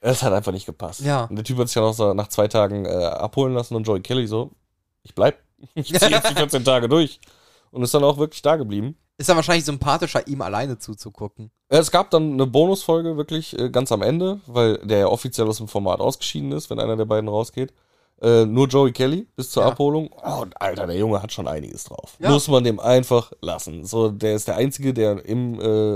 Es hat einfach nicht gepasst.
Ja.
Und der Typ hat sich ja noch so nach zwei Tagen äh, abholen lassen und Joey Kelly so, ich bleib. Ich zieh jetzt die 14 Tage durch. Und ist dann auch wirklich da geblieben.
Ist dann wahrscheinlich sympathischer, ihm alleine zuzugucken.
Äh, Es gab dann eine Bonusfolge wirklich äh, ganz am Ende, weil der ja offiziell aus dem Format ausgeschieden ist, wenn einer der beiden rausgeht. Äh, nur Joey Kelly bis zur
Ja.
Abholung. Oh, und Alter, der Junge hat schon einiges drauf.
Ja.
Muss man dem einfach lassen. So, der ist der Einzige, der im, äh,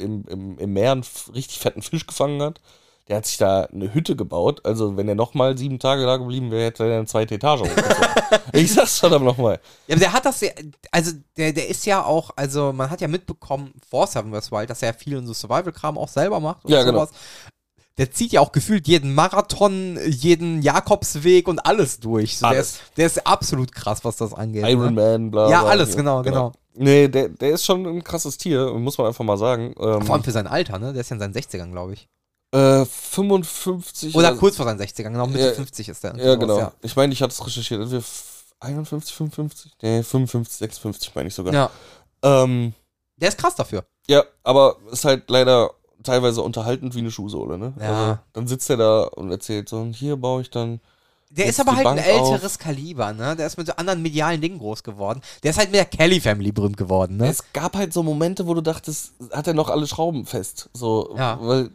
im, im, im Meer einen f- richtig fetten Fisch gefangen hat. Der hat sich da eine Hütte gebaut. Also, wenn er nochmal sieben Tage da geblieben wäre, hätte er eine zweite Etage hochgezogen. ich sag's verdammt nochmal.
Ja, aber der hat das ja, also der, der ist ja auch, also man hat ja mitbekommen vor Seven West Wild, dass er ja viel in so Survival-Kram auch selber macht. und
Ja, genau.
Der zieht ja auch gefühlt jeden Marathon, jeden Jakobsweg und alles durch. So,
Alles.
Der, ist, der ist absolut krass, was das angeht. ne?
Iron Man, bla.
Ja,
bla,
alles,
hier.
genau, genau.
Nee, der, der ist schon ein krasses Tier, muss man einfach mal sagen. Ähm,
Vor allem für sein Alter, ne? Der ist ja in seinen 60ern, glaube ich.
Äh, 55.
Oder
also-
kurz vor seinen 60ern, genau, Mitte
Ja,
50 ist der.
Ja,
Sowas,
genau. Ich meine, ich hatte es recherchiert. Entweder f- 51, 55? Nee, 55, 56 meine ich
Ja.
sogar.
ja.
Ähm,
Der ist krass dafür.
ja, aber ist halt leider teilweise unterhaltend wie eine Schuhsohle, ne?
Ja.
dann sitzt er da und erzählt so, und hier baue ich dann.
Der
Jetzt
ist aber
die
halt ein
Bank
älteres Kaliber, ne? Der ist mit so anderen medialen Dingen groß geworden. Der ist halt mit der Kelly Family berühmt geworden, ne?
Es gab halt so Momente, wo du dachtest, hat er noch alle Schrauben fest? So,
Ja.
weil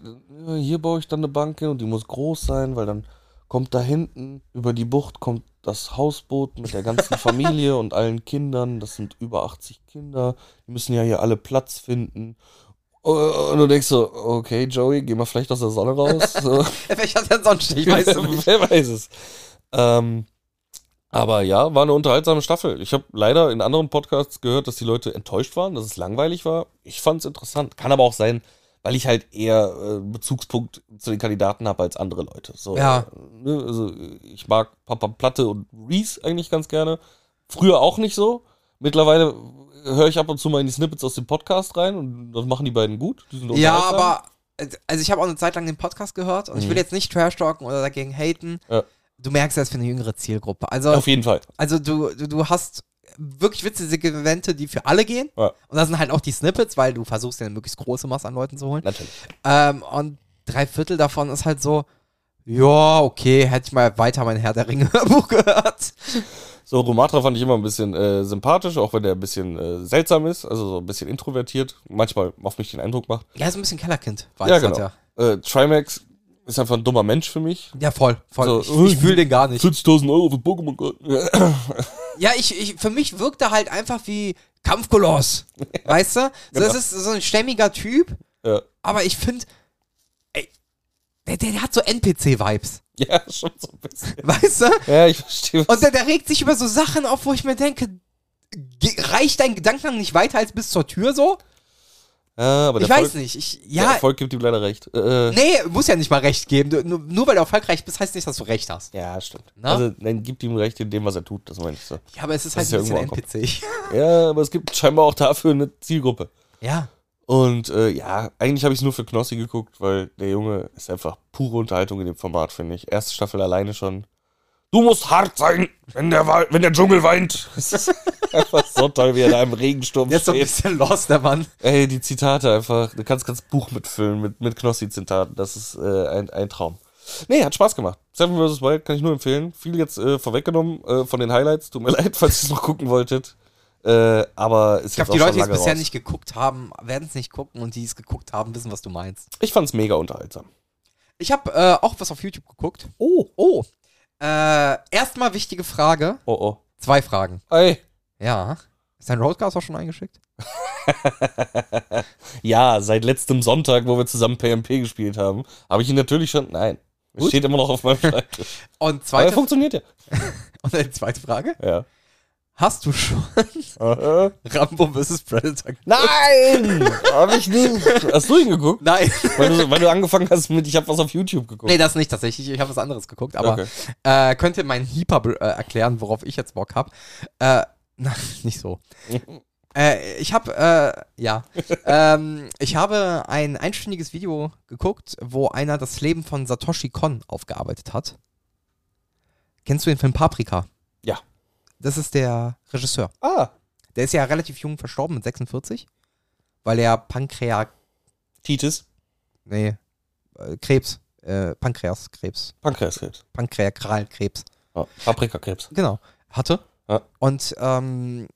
ja, hier baue ich dann eine Bank hin und die muss groß sein, weil dann kommt da hinten über die Bucht kommt das Hausboot mit der ganzen Familie und allen Kindern. Das sind über 80 Kinder. Die müssen ja hier alle Platz finden. Und du denkst so, okay, Joey, geh mal vielleicht aus der Sonne raus. So.
Vielleicht hat er sonst nicht, weißt du nicht.
Wer weiß es. Ähm, aber ja, war eine unterhaltsame Staffel. Ich habe leider in anderen Podcasts gehört, dass die Leute enttäuscht waren, dass es langweilig war. Ich fand es interessant. Kann aber auch sein, weil ich halt eher äh, Bezugspunkt zu den Kandidaten habe als andere Leute. So,
Ja.
äh, Ne, also äh, ich mag Papa Platte und Reese eigentlich ganz gerne. Früher auch nicht so. Mittlerweile höre ich ab und zu mal in die Snippets aus dem Podcast rein und das machen die beiden gut. Die sind
Ja,
unterhaltsam.
aber also ich habe auch eine Zeit lang den Podcast gehört und ich will jetzt nicht trash talken oder dagegen haten.
Mhm. Ja.
Du merkst, das ist für eine jüngere Zielgruppe. Also,
Auf jeden Fall.
also du, du, du hast wirklich witzige Segmente, die für alle gehen.
Ja.
Und da sind halt auch die Snippets, weil du versuchst ja eine möglichst große Masse an Leuten zu holen.
Natürlich.
Ähm, und drei Viertel davon ist halt so, ja, okay, hätte ich mal weiter mein Herr der Ringe-Hörbuch gehört.
So, Romatra fand ich immer ein bisschen äh, sympathisch, auch wenn der ein bisschen äh, seltsam ist, also so ein bisschen introvertiert, manchmal auf mich den Eindruck macht.
Ja, ist ein bisschen Kellerkind.
ja,
Vibes hat
genau.
er.
Äh, Trimax ist einfach ein dummer Mensch für mich.
Ja, voll, voll.
So,
ich ich fühle den gar nicht.
40.000 Euro für Pokémon. Gold.
Ja, ich, ich, für mich wirkt er halt einfach wie Kampfkoloss. Weißt du? So,
Genau.
Das ist so ein stämmiger Typ,
ja.
aber ich finde, ey, der, der hat so NPC-Vibes.
ja, schon so ein bisschen.
Weißt du?
Ja, ich verstehe.
Und der, der regt sich über so Sachen auf, wo ich mir denke, ge- reicht dein Gedankengang nicht weiter als bis zur Tür so?
Ja, aber der
ich weiß
Erfolg-
nicht. Ich,
Der
ja,
Erfolg gibt ihm leider recht. Äh,
Nee, muss ja nicht mal recht geben. Du, nur, nur weil du erfolgreich bist, heißt nicht, dass du recht hast.
Ja, stimmt.
Na?
Also, nein, gibt ihm recht in dem, was er tut, das meine ich so.
Ja, aber es ist
Das
halt
ist ja
ein bisschen
irgendwo
NPC.
Ja, aber es gibt scheinbar auch dafür eine Zielgruppe.
Ja.
Und äh, ja, eigentlich habe ich es nur für Knossi geguckt, weil der Junge ist einfach pure Unterhaltung in dem Format, finde ich. Erste Staffel alleine schon. Du musst hart sein, wenn der, Wa- wenn der Dschungel weint. Das ist einfach so toll, wie er da im Regensturm
Jetzt so ein
steht.
bisschen lost, der Mann.
Ey, die Zitate einfach. Du kannst ganz Buch mitfüllen mit, mit Knossi-Zitaten. Das ist äh, ein, ein Traum. Nee, hat Spaß gemacht. Seven vs. Wild kann ich nur empfehlen. Viel jetzt äh, vorweggenommen äh, von den Highlights. Tut mir leid, falls ihr es noch gucken wolltet. Äh, aber ist
Ich glaube,
auch schon
die Leute, die es
lange
bisher
raus.
nicht geguckt haben, werden es nicht gucken und die es geguckt haben, wissen, was du meinst.
Ich fand's mega unterhaltsam.
Ich habe äh, auch was auf YouTube geguckt.
Oh,
Oh. Äh, erstmal wichtige Frage.
oh,
Zwei Fragen.
oh. Ey.
Ja. Ist dein Roadcast auch schon eingeschickt?
Ja, seit letztem Sonntag, wo wir zusammen PMP gespielt haben, habe ich ihn natürlich schon. Nein. Es
Gut.
steht immer noch auf meinem Schreibtisch.
Und
Aber er
zweite,
funktioniert ja.
und eine zweite Frage.
Ja.
Hast du schon
Aha.
Rambo vs. Predator? geguckt?
Nein! Hab ich nicht. Hast du ihn geguckt?
Nein.
Weil du, weil du angefangen hast mit, ich habe was auf YouTube geguckt.
nee, das nicht tatsächlich. Ich habe was anderes geguckt, aber
Oh. Okay.
äh, könnte mein Heeper be- äh, erklären, worauf ich jetzt Bock habe. Äh, na, nicht so. Äh, ich habe, äh, ja, ähm, ich habe ein einstündiges Video geguckt, wo einer das Leben von Satoshi Kon aufgearbeitet hat. Kennst du den Film Paprika?
Ja.
Das ist der Regisseur.
Ah,
Der ist ja relativ jung verstorben, mit 46, weil er Pankreas,
Titis,
nee, äh, Krebs, äh, Pankreaskrebs,
Pankreaskrebs.
Pankreakralkrebs
Ah, Paprikakrebs.
Genau, hatte.
Ja.
Und ähm,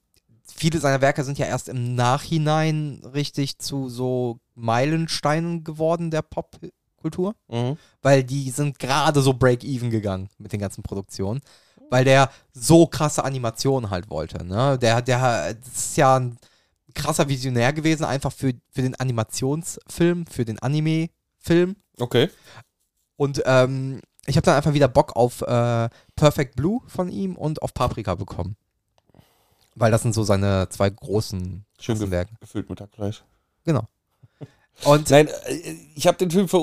viele seiner Werke sind ja erst im Nachhinein richtig zu so Meilensteinen geworden der Popkultur,
Mhm.
weil die sind gerade so break-even gegangen mit den ganzen Produktionen, weil der so krasse Animationen halt wollte. Ne? Der, der das ist ja ein krasser Visionär gewesen, einfach für, für den Animationsfilm, für den Anime-Film.
Okay.
Und ähm, ich habe dann einfach wieder Bock auf äh, Perfect Blue von ihm und auf Paprika bekommen. Weil das sind so seine zwei großen
Schön ge
Werke.
gefüllt mit Hackfleisch.
Genau. Und
Nein, äh, ich habe den Film vor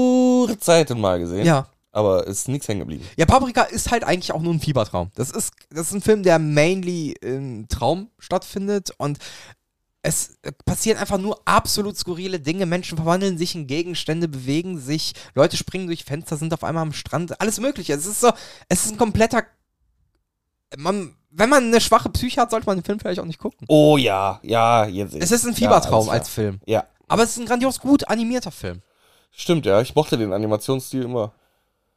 Urzeiten mal gesehen,
ja.
aber ist nichts hängen geblieben.
Ja, Paprika ist halt eigentlich auch nur ein Fiebertraum. Das ist, das ist ein Film, der mainly im Traum stattfindet und es äh, passieren einfach nur absolut skurrile Dinge. Menschen verwandeln sich in Gegenstände, bewegen sich, Leute springen durch Fenster, sind auf einmal am Strand, alles Mögliche. Es ist so, es ist ein kompletter. Man, wenn man eine schwache Psyche hat, sollte man den Film vielleicht auch nicht gucken.
Oh ja, ja, jetzt.
Es ist ein
Ja,
Fiebertraum
alles klar.
als Film.
Ja,
Aber es ist ein grandios gut animierter Film.
stimmt, ja. Ich mochte den Animationsstil immer.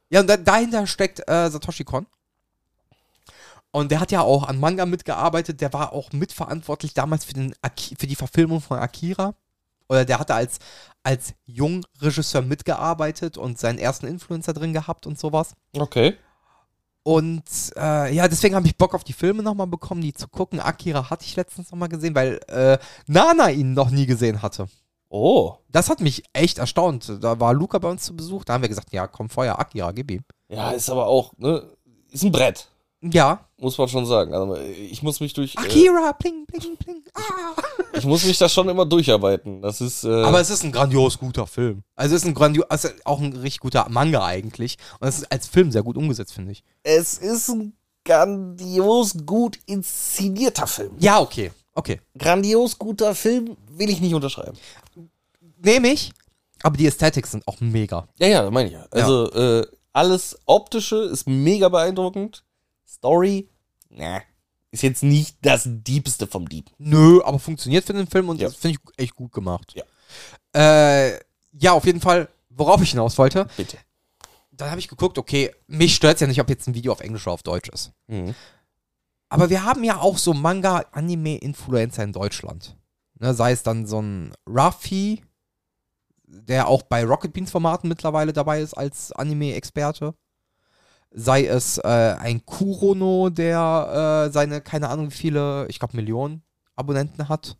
Ja, und da, dahinter steckt äh, Satoshi Kon. Und der hat ja auch an Manga mitgearbeitet, der war auch mitverantwortlich damals für, den Aki für die Verfilmung von Akira. Oder der hatte als, als Jungregisseur mitgearbeitet und seinen ersten Influencer drin gehabt und sowas.
Okay.
Und äh, ja, deswegen habe ich Bock auf die Filme nochmal bekommen, die zu gucken. Akira hatte ich letztens nochmal gesehen, weil äh, Nana ihn noch nie gesehen hatte.
Oh.
Das hat mich echt erstaunt. Da war Luca bei uns zu Besuch, da haben wir gesagt, ja, komm, Feuer, Akira, gib ihm.
Ja, ist aber auch, ne? Ist ein Brett,
Ja,
muss man schon sagen. Also, ich muss mich durch. Äh,
Akira, bling, bling, bling. Ah.
ich muss mich da schon immer durcharbeiten. Das ist. Äh,
Aber es ist ein grandios guter Film. Also es ist ein grandios, also auch ein richtig guter Manga eigentlich. Und es ist als Film sehr gut umgesetzt, finde ich.
es ist ein grandios gut inszenierter Film.
Ja, okay. Okay.
Grandios guter Film will ich nicht unterschreiben.
Nehme ich. Aber die Aesthetics sind auch mega.
Ja, ja, das meine ich ja. Also, äh, alles Optische ist mega beeindruckend. Story, na, ist jetzt nicht das Diebste vom Dieb.
Nö, aber funktioniert für den Film und
Ja.
das finde ich echt gut gemacht.
Ja.
Äh, ja, auf jeden Fall, worauf ich hinaus wollte,
Bitte.
dann habe ich geguckt, okay, mich stört es ja nicht, ob jetzt ein Video auf Englisch oder auf Deutsch ist.
Mhm.
Aber wir haben ja auch so Manga-Anime-Influencer in Deutschland. Ne, sei es dann so ein Ruffy, der auch bei Rocket Beans-Formaten mittlerweile dabei ist als Anime-Experte. Sei es äh, ein Kurono, der äh, seine, keine Ahnung wie viele, ich glaube Millionen Abonnenten hat.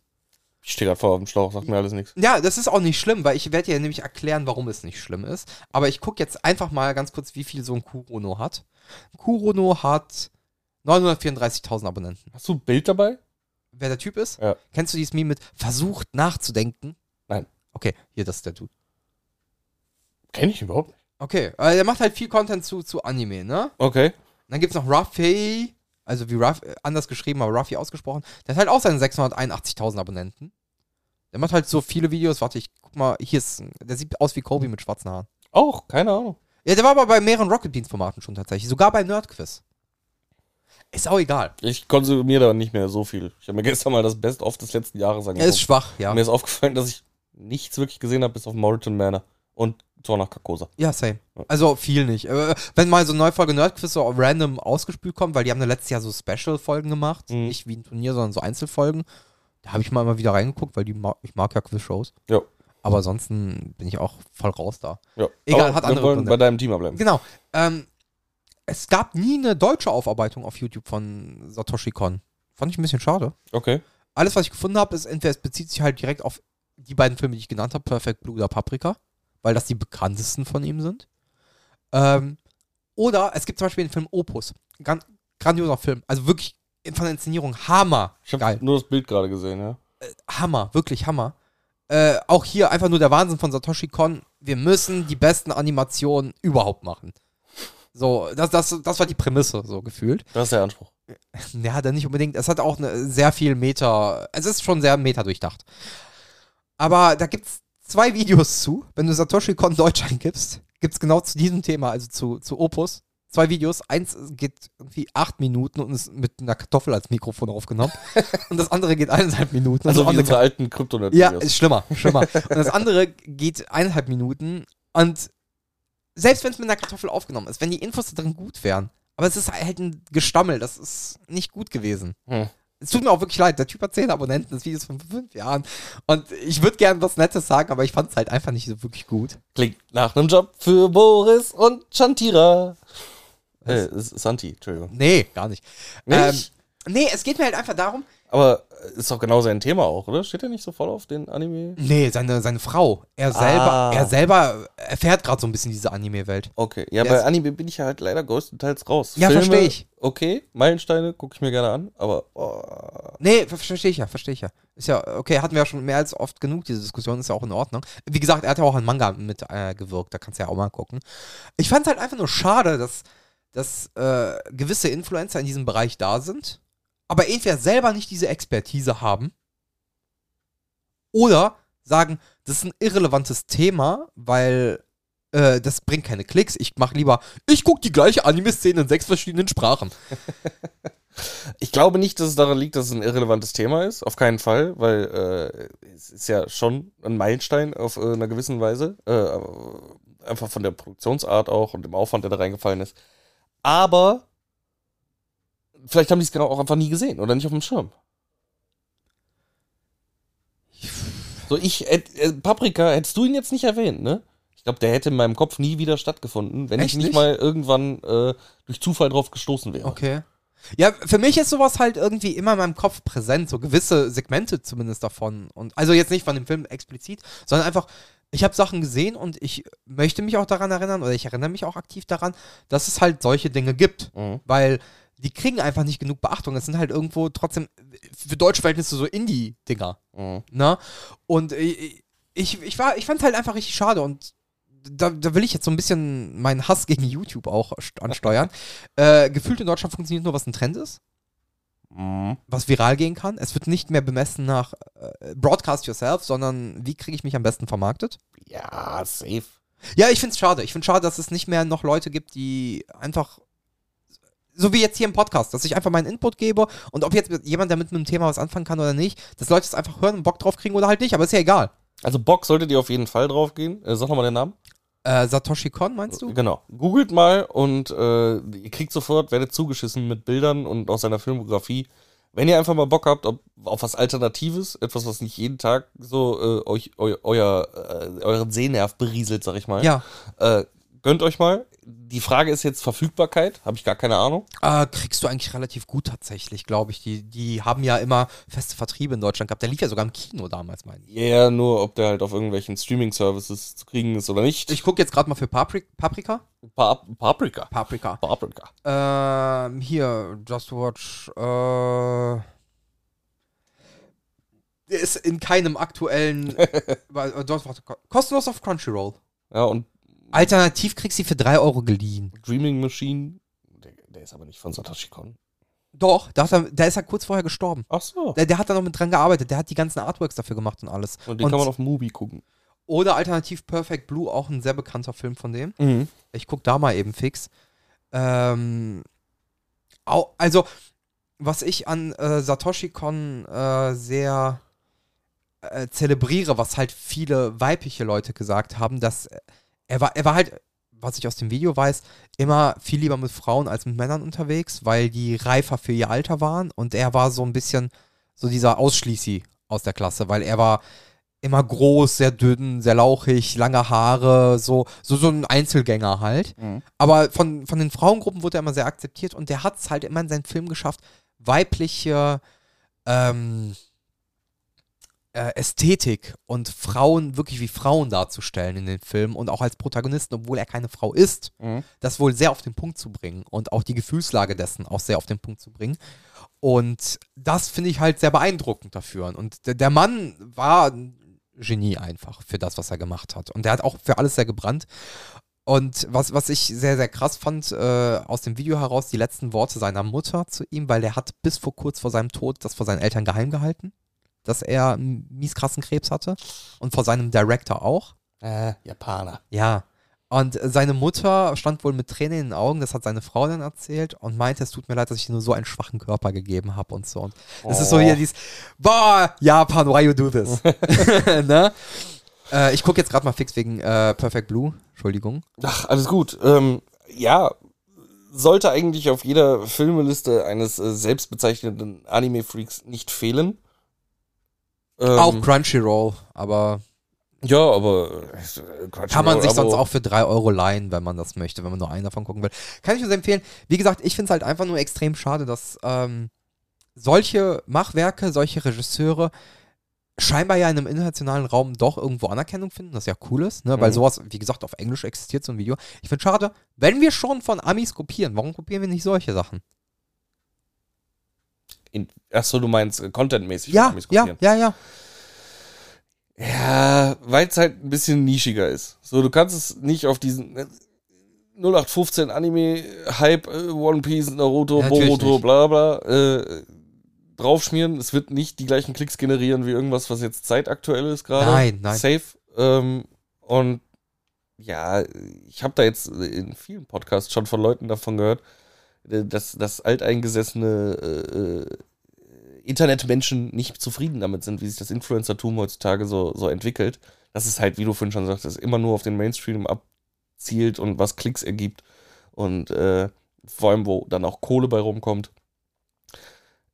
Ich stehe gerade vor auf dem Schlauch, sagt mir alles nichts.
Ja, das ist auch nicht schlimm, weil ich werde dir nämlich erklären, warum es nicht schlimm ist. Aber ich gucke jetzt einfach mal ganz kurz, wie viel so ein Kurono hat. Kurono hat 934.000 Abonnenten.
Hast du ein Bild dabei?
wer der Typ ist?
Ja.
Kennst du dieses Meme mit versucht nachzudenken?
Nein.
Okay, hier, das ist der Dude.
Kenne ich überhaupt nicht.
Okay, äh, der macht halt viel Content zu, zu Anime, ne?
Okay.
Und dann gibt's noch Ruffy, also wie Ruff, äh, anders geschrieben, aber Ruffy ausgesprochen. Der hat halt auch seine 681.000 Abonnenten. Der macht halt so viele Videos, warte, ich guck mal, hier ist, der sieht aus wie Kobe mit schwarzen Haaren.
Auch, keine Ahnung.
Ja, der war aber bei mehreren Rocket Beans Formaten schon tatsächlich. Sogar bei Nerdquiz. Ist auch egal.
Ich konsumiere da nicht mehr so viel. Ich habe mir gestern mal das Best-of des letzten Jahres
Er ist
angeguckt.
schwach, ja.
Mir ist aufgefallen, dass ich nichts wirklich gesehen habe, bis auf Moritan Manor und Tor nach Carcosa.
Ja, same. Also viel nicht. Äh, Wenn mal so eine neue Folge Nerdquiz so random ausgespült kommt, weil die haben ja letztes Jahr so Special-Folgen gemacht.
Mhm.
Nicht wie ein Turnier, sondern so Einzelfolgen. Da habe ich mal immer wieder reingeguckt, weil die ma ich mag ja Quiz-Shows.
Ja.
Aber ansonsten bin ich auch voll raus da.
Ja.
Egal,
Aber
hat
wir
andere
wollen
Gründe.
bei deinem Thema bleiben.
Genau. Ähm, es gab nie eine deutsche Aufarbeitung auf YouTube von Satoshi Kon. Fand ich ein bisschen schade.
Okay.
Alles, was ich gefunden habe, ist entweder es bezieht sich halt direkt auf die beiden Filme, die ich genannt habe, Perfect Blue oder Paprika, weil das die bekanntesten von ihm sind. Ähm, oder es gibt zum Beispiel den Film Opus. Gran grandioser Film. Also wirklich von der Inszenierung Hammer.
Ich habe nur das Bild gerade gesehen, ja.
Hammer, wirklich Hammer. Äh, auch hier einfach nur der Wahnsinn von Satoshi Kon. Wir müssen die besten Animationen überhaupt machen. So, das, das, das war die Prämisse, so gefühlt.
Das ist der Anspruch.
Ja, dann nicht unbedingt. Es hat auch eine, sehr viel Meta. Es ist schon sehr Meta durchdacht. Aber da gibt's zwei Videos zu. Wenn du Satoshi Kon Deutsch eingibst, gibt's genau zu diesem Thema, also zu, zu Opus, zwei Videos. Eins geht irgendwie acht Minuten und ist mit einer Kartoffel als Mikrofon aufgenommen. und das andere geht eineinhalb Minuten.
Also
on
wie
the
unsere alten kryptonet
ja, ist schlimmer, schlimmer. Und das andere geht eineinhalb Minuten und selbst wenn es mit einer Kartoffel aufgenommen ist, wenn die Infos da drin gut wären, aber es ist halt ein Gestammel, das ist nicht gut gewesen.
Hm.
Es tut mir auch wirklich leid, der Typ hat 10 Abonnenten, das Video ist von fünf Jahren und ich würde gerne was Nettes sagen, aber ich fand es halt einfach nicht so wirklich gut.
Klingt nach einem Job für Boris und Shantira. Äh, es ist Santi, Entschuldigung.
Nee, gar nicht.
Nicht?
Ähm, nee, es geht mir halt einfach darum,
Aber ist doch genau sein Thema auch, oder? Steht er nicht so voll auf den Anime?
nee, seine, seine Frau, er selber,
Ah.
er selber erfährt gerade so ein bisschen diese Anime-Welt.
Okay, ja,
Ja,
bei
es-
Anime bin ich ja halt leider größtenteils raus.
Ja, versteh ich.
Okay, Meilensteine gucke ich mir gerne an, aber oh,
Nee, ver- verstehe ich ja, verstehe ich ja. Ist ja, okay, hatten wir ja schon mehr als oft genug, diese Diskussion ist ja auch in Ordnung. Wie gesagt, er hat ja auch an Manga mit äh, gewirkt, da kannst du ja auch mal gucken. Ich fand es halt einfach nur schade, dass, dass äh, gewisse Influencer in diesem Bereich da sind, aber entweder selber nicht diese Expertise haben oder sagen, das ist ein irrelevantes Thema, weil äh, das bringt keine Klicks. Ich mache lieber, ich gucke die gleiche Anime-Szene in sechs verschiedenen Sprachen.
ich glaube nicht, dass es daran liegt, dass es ein irrelevantes Thema ist. Auf keinen Fall, weil äh, es ist ja schon ein Meilenstein auf äh, einer gewissen Weise. Äh, einfach von der Produktionsart auch und dem Aufwand, der da reingefallen ist. Aber vielleicht haben die es genau auch einfach nie gesehen oder nicht auf dem Schirm. So, ich, hätt- äh, Paprika, hättest du ihn jetzt nicht erwähnt, ne? Ich glaube, der hätte in meinem Kopf nie wieder stattgefunden, wenn
Echt
ich nicht,
nicht?
mal irgendwann äh, durch Zufall drauf gestoßen wäre.
Okay. Ja, für mich ist sowas halt irgendwie immer in meinem Kopf präsent, so gewisse Segmente zumindest davon. Und also jetzt nicht von dem Film explizit, sondern einfach, ich habe Sachen gesehen und ich möchte mich auch daran erinnern oder ich erinnere mich auch aktiv daran, dass es halt solche Dinge gibt.
Mhm.
Weil die kriegen einfach nicht genug Beachtung. Es sind halt irgendwo trotzdem für deutsche Verhältnisse so Indie-Dinger.
Mhm.
Ne? Und ich, ich, ich, war- ich fand es halt einfach richtig schade und da, da will ich jetzt so ein bisschen meinen Hass gegen YouTube auch st- ansteuern. äh, gefühlt in Deutschland funktioniert nur, was ein Trend ist,
Mhm.
was viral gehen kann. Es wird nicht mehr bemessen nach äh, Broadcast Yourself, sondern wie kriege ich mich am besten vermarktet.
Ja, safe.
Ja, ich find's schade. Ich find's schade, dass es nicht mehr noch Leute gibt, die einfach. So wie jetzt hier im Podcast, dass ich einfach meinen Input gebe und ob jetzt mit- jemand damit mit dem Thema was anfangen kann oder nicht, dass Leute es einfach hören und Bock drauf kriegen oder halt nicht, aber ist ja egal.
Also Bock solltet ihr auf jeden Fall drauf gehen. Äh, sag nochmal den Namen.
Äh, Satoshi Kon, meinst du?
Genau. Googelt mal und äh, ihr kriegt sofort, werdet zugeschissen mit Bildern und aus seiner Filmografie. Wenn ihr einfach mal Bock habt ob, auf was Alternatives, etwas, was nicht jeden Tag so äh, euch, eu, euer, äh, euren Sehnerv berieselt, sag ich mal.
Ja.
Äh, gönnt euch mal. Die Frage ist jetzt Verfügbarkeit. Habe ich gar keine Ahnung.
Äh, kriegst du eigentlich relativ gut tatsächlich, glaube ich. Die, die haben ja immer feste Vertriebe in Deutschland gehabt. Der lief ja sogar im Kino damals, meine ich.
Ja, yeah, nur ob der halt auf irgendwelchen Streaming-Services zu kriegen ist oder nicht.
Ich gucke jetzt gerade mal für Papri Paprika.
Pa Paprika.
Paprika.
Paprika.
Ähm, hier, Just Watch. Äh, ist in keinem aktuellen. weil, äh, Just Watch, kostenlos auf Crunchyroll.
Ja, und
Alternativ kriegst du sie für 3 Euro geliehen.
Dreaming Machine. Der, der ist aber nicht von Satoshi Kon.
Doch, da, hat er, da ist er kurz vorher gestorben.
Ach so.
Der, der hat da noch mit dran gearbeitet. Der hat die ganzen Artworks dafür gemacht und alles.
Und den kann man auf Mubi gucken.
Oder alternativ Perfect Blue, auch ein sehr bekannter Film von dem.
Mhm.
Ich gucke da mal eben fix. Ähm, au- also, was ich an äh, Satoshi Kon äh, sehr äh, zelebriere, was halt viele weibliche Leute gesagt haben, dass äh, er war, er war halt, was ich aus dem Video weiß, immer viel lieber mit Frauen als mit Männern unterwegs, weil die reifer für ihr Alter waren und er war so ein bisschen so dieser Ausschließi aus der Klasse, weil er war immer groß, sehr dünn, sehr lauchig, lange Haare, so, so, so ein Einzelgänger halt.
Mhm.
Aber von, von den Frauengruppen wurde er immer sehr akzeptiert und der hat es halt immer in seinen Film geschafft, weibliche ähm, äh, Ästhetik und Frauen wirklich wie Frauen darzustellen in den Filmen und auch als Protagonisten, obwohl er keine Frau ist
Mhm.
das wohl sehr auf den Punkt zu bringen und auch die Gefühlslage dessen auch sehr auf den Punkt zu bringen. Und das finde ich halt sehr beeindruckend dafür. Und der, der Mann war ein Genie einfach für das, was er gemacht hat. Und der hat auch für alles sehr gebrannt. Und was, was ich sehr, sehr krass fand, äh, aus dem Video heraus, die letzten Worte seiner Mutter zu ihm, weil der hat bis vor kurz vor seinem Tod das vor seinen Eltern geheim gehalten, dass er einen mies krassen Krebs hatte. Und vor seinem Director auch.
Äh, Japaner.
Ja. Und seine Mutter stand wohl mit Tränen in den Augen, das hat seine Frau dann erzählt und meinte, es tut mir leid, dass ich dir nur so einen schwachen Körper gegeben habe und so. Und es ist so
Oh.
hier dieses, boah, Japan, why you do this? ne? äh, ich gucke jetzt gerade mal fix wegen äh, Perfect Blue, Entschuldigung.
Ach, alles gut. Ähm, ja, sollte eigentlich auf jeder Filmeliste eines äh, selbstbezeichneten Anime-Freaks nicht fehlen. Ähm,
Auch Crunchyroll, aber
Ja, aber äh, Quatsch,
kann man sich
Abo.
sonst auch für 3 Euro leihen, wenn man das möchte, wenn man nur einen davon gucken will. Kann ich uns empfehlen. Wie gesagt, ich finde es halt einfach nur extrem schade, dass ähm, solche Machwerke, solche Regisseure scheinbar ja in einem internationalen Raum doch irgendwo Anerkennung finden, das ja cool ist, ne? weil
Mhm.
sowas, wie gesagt, auf Englisch existiert so ein Video. Ich finde schade, wenn wir schon von Amis kopieren, warum kopieren wir nicht solche Sachen?
In, achso, du meinst äh, contentmäßig.
Ja,
Amis
ja,
kopieren.
ja, ja.
Ja, weil es halt ein bisschen nischiger ist. So, du kannst es nicht auf diesen äh, 0815 Anime Hype, äh, One Piece, Naruto,
Ja, natürlich
Boruto,
nicht.
bla bla, äh, draufschmieren. Es wird nicht die gleichen Klicks generieren wie irgendwas, was jetzt zeitaktuell ist gerade.
Nein, nein.
Safe. Ähm, und ja, ich habe da jetzt in vielen Podcasts schon von Leuten davon gehört, äh, dass, dass alteingesessene äh, äh, Internetmenschen nicht zufrieden damit sind, wie sich das Influencer-Tum heutzutage so, so entwickelt. Das ist halt, wie du vorhin schon sagtest, immer nur auf den Mainstream abzielt und was Klicks ergibt und äh, vor allem, wo dann auch Kohle bei rumkommt.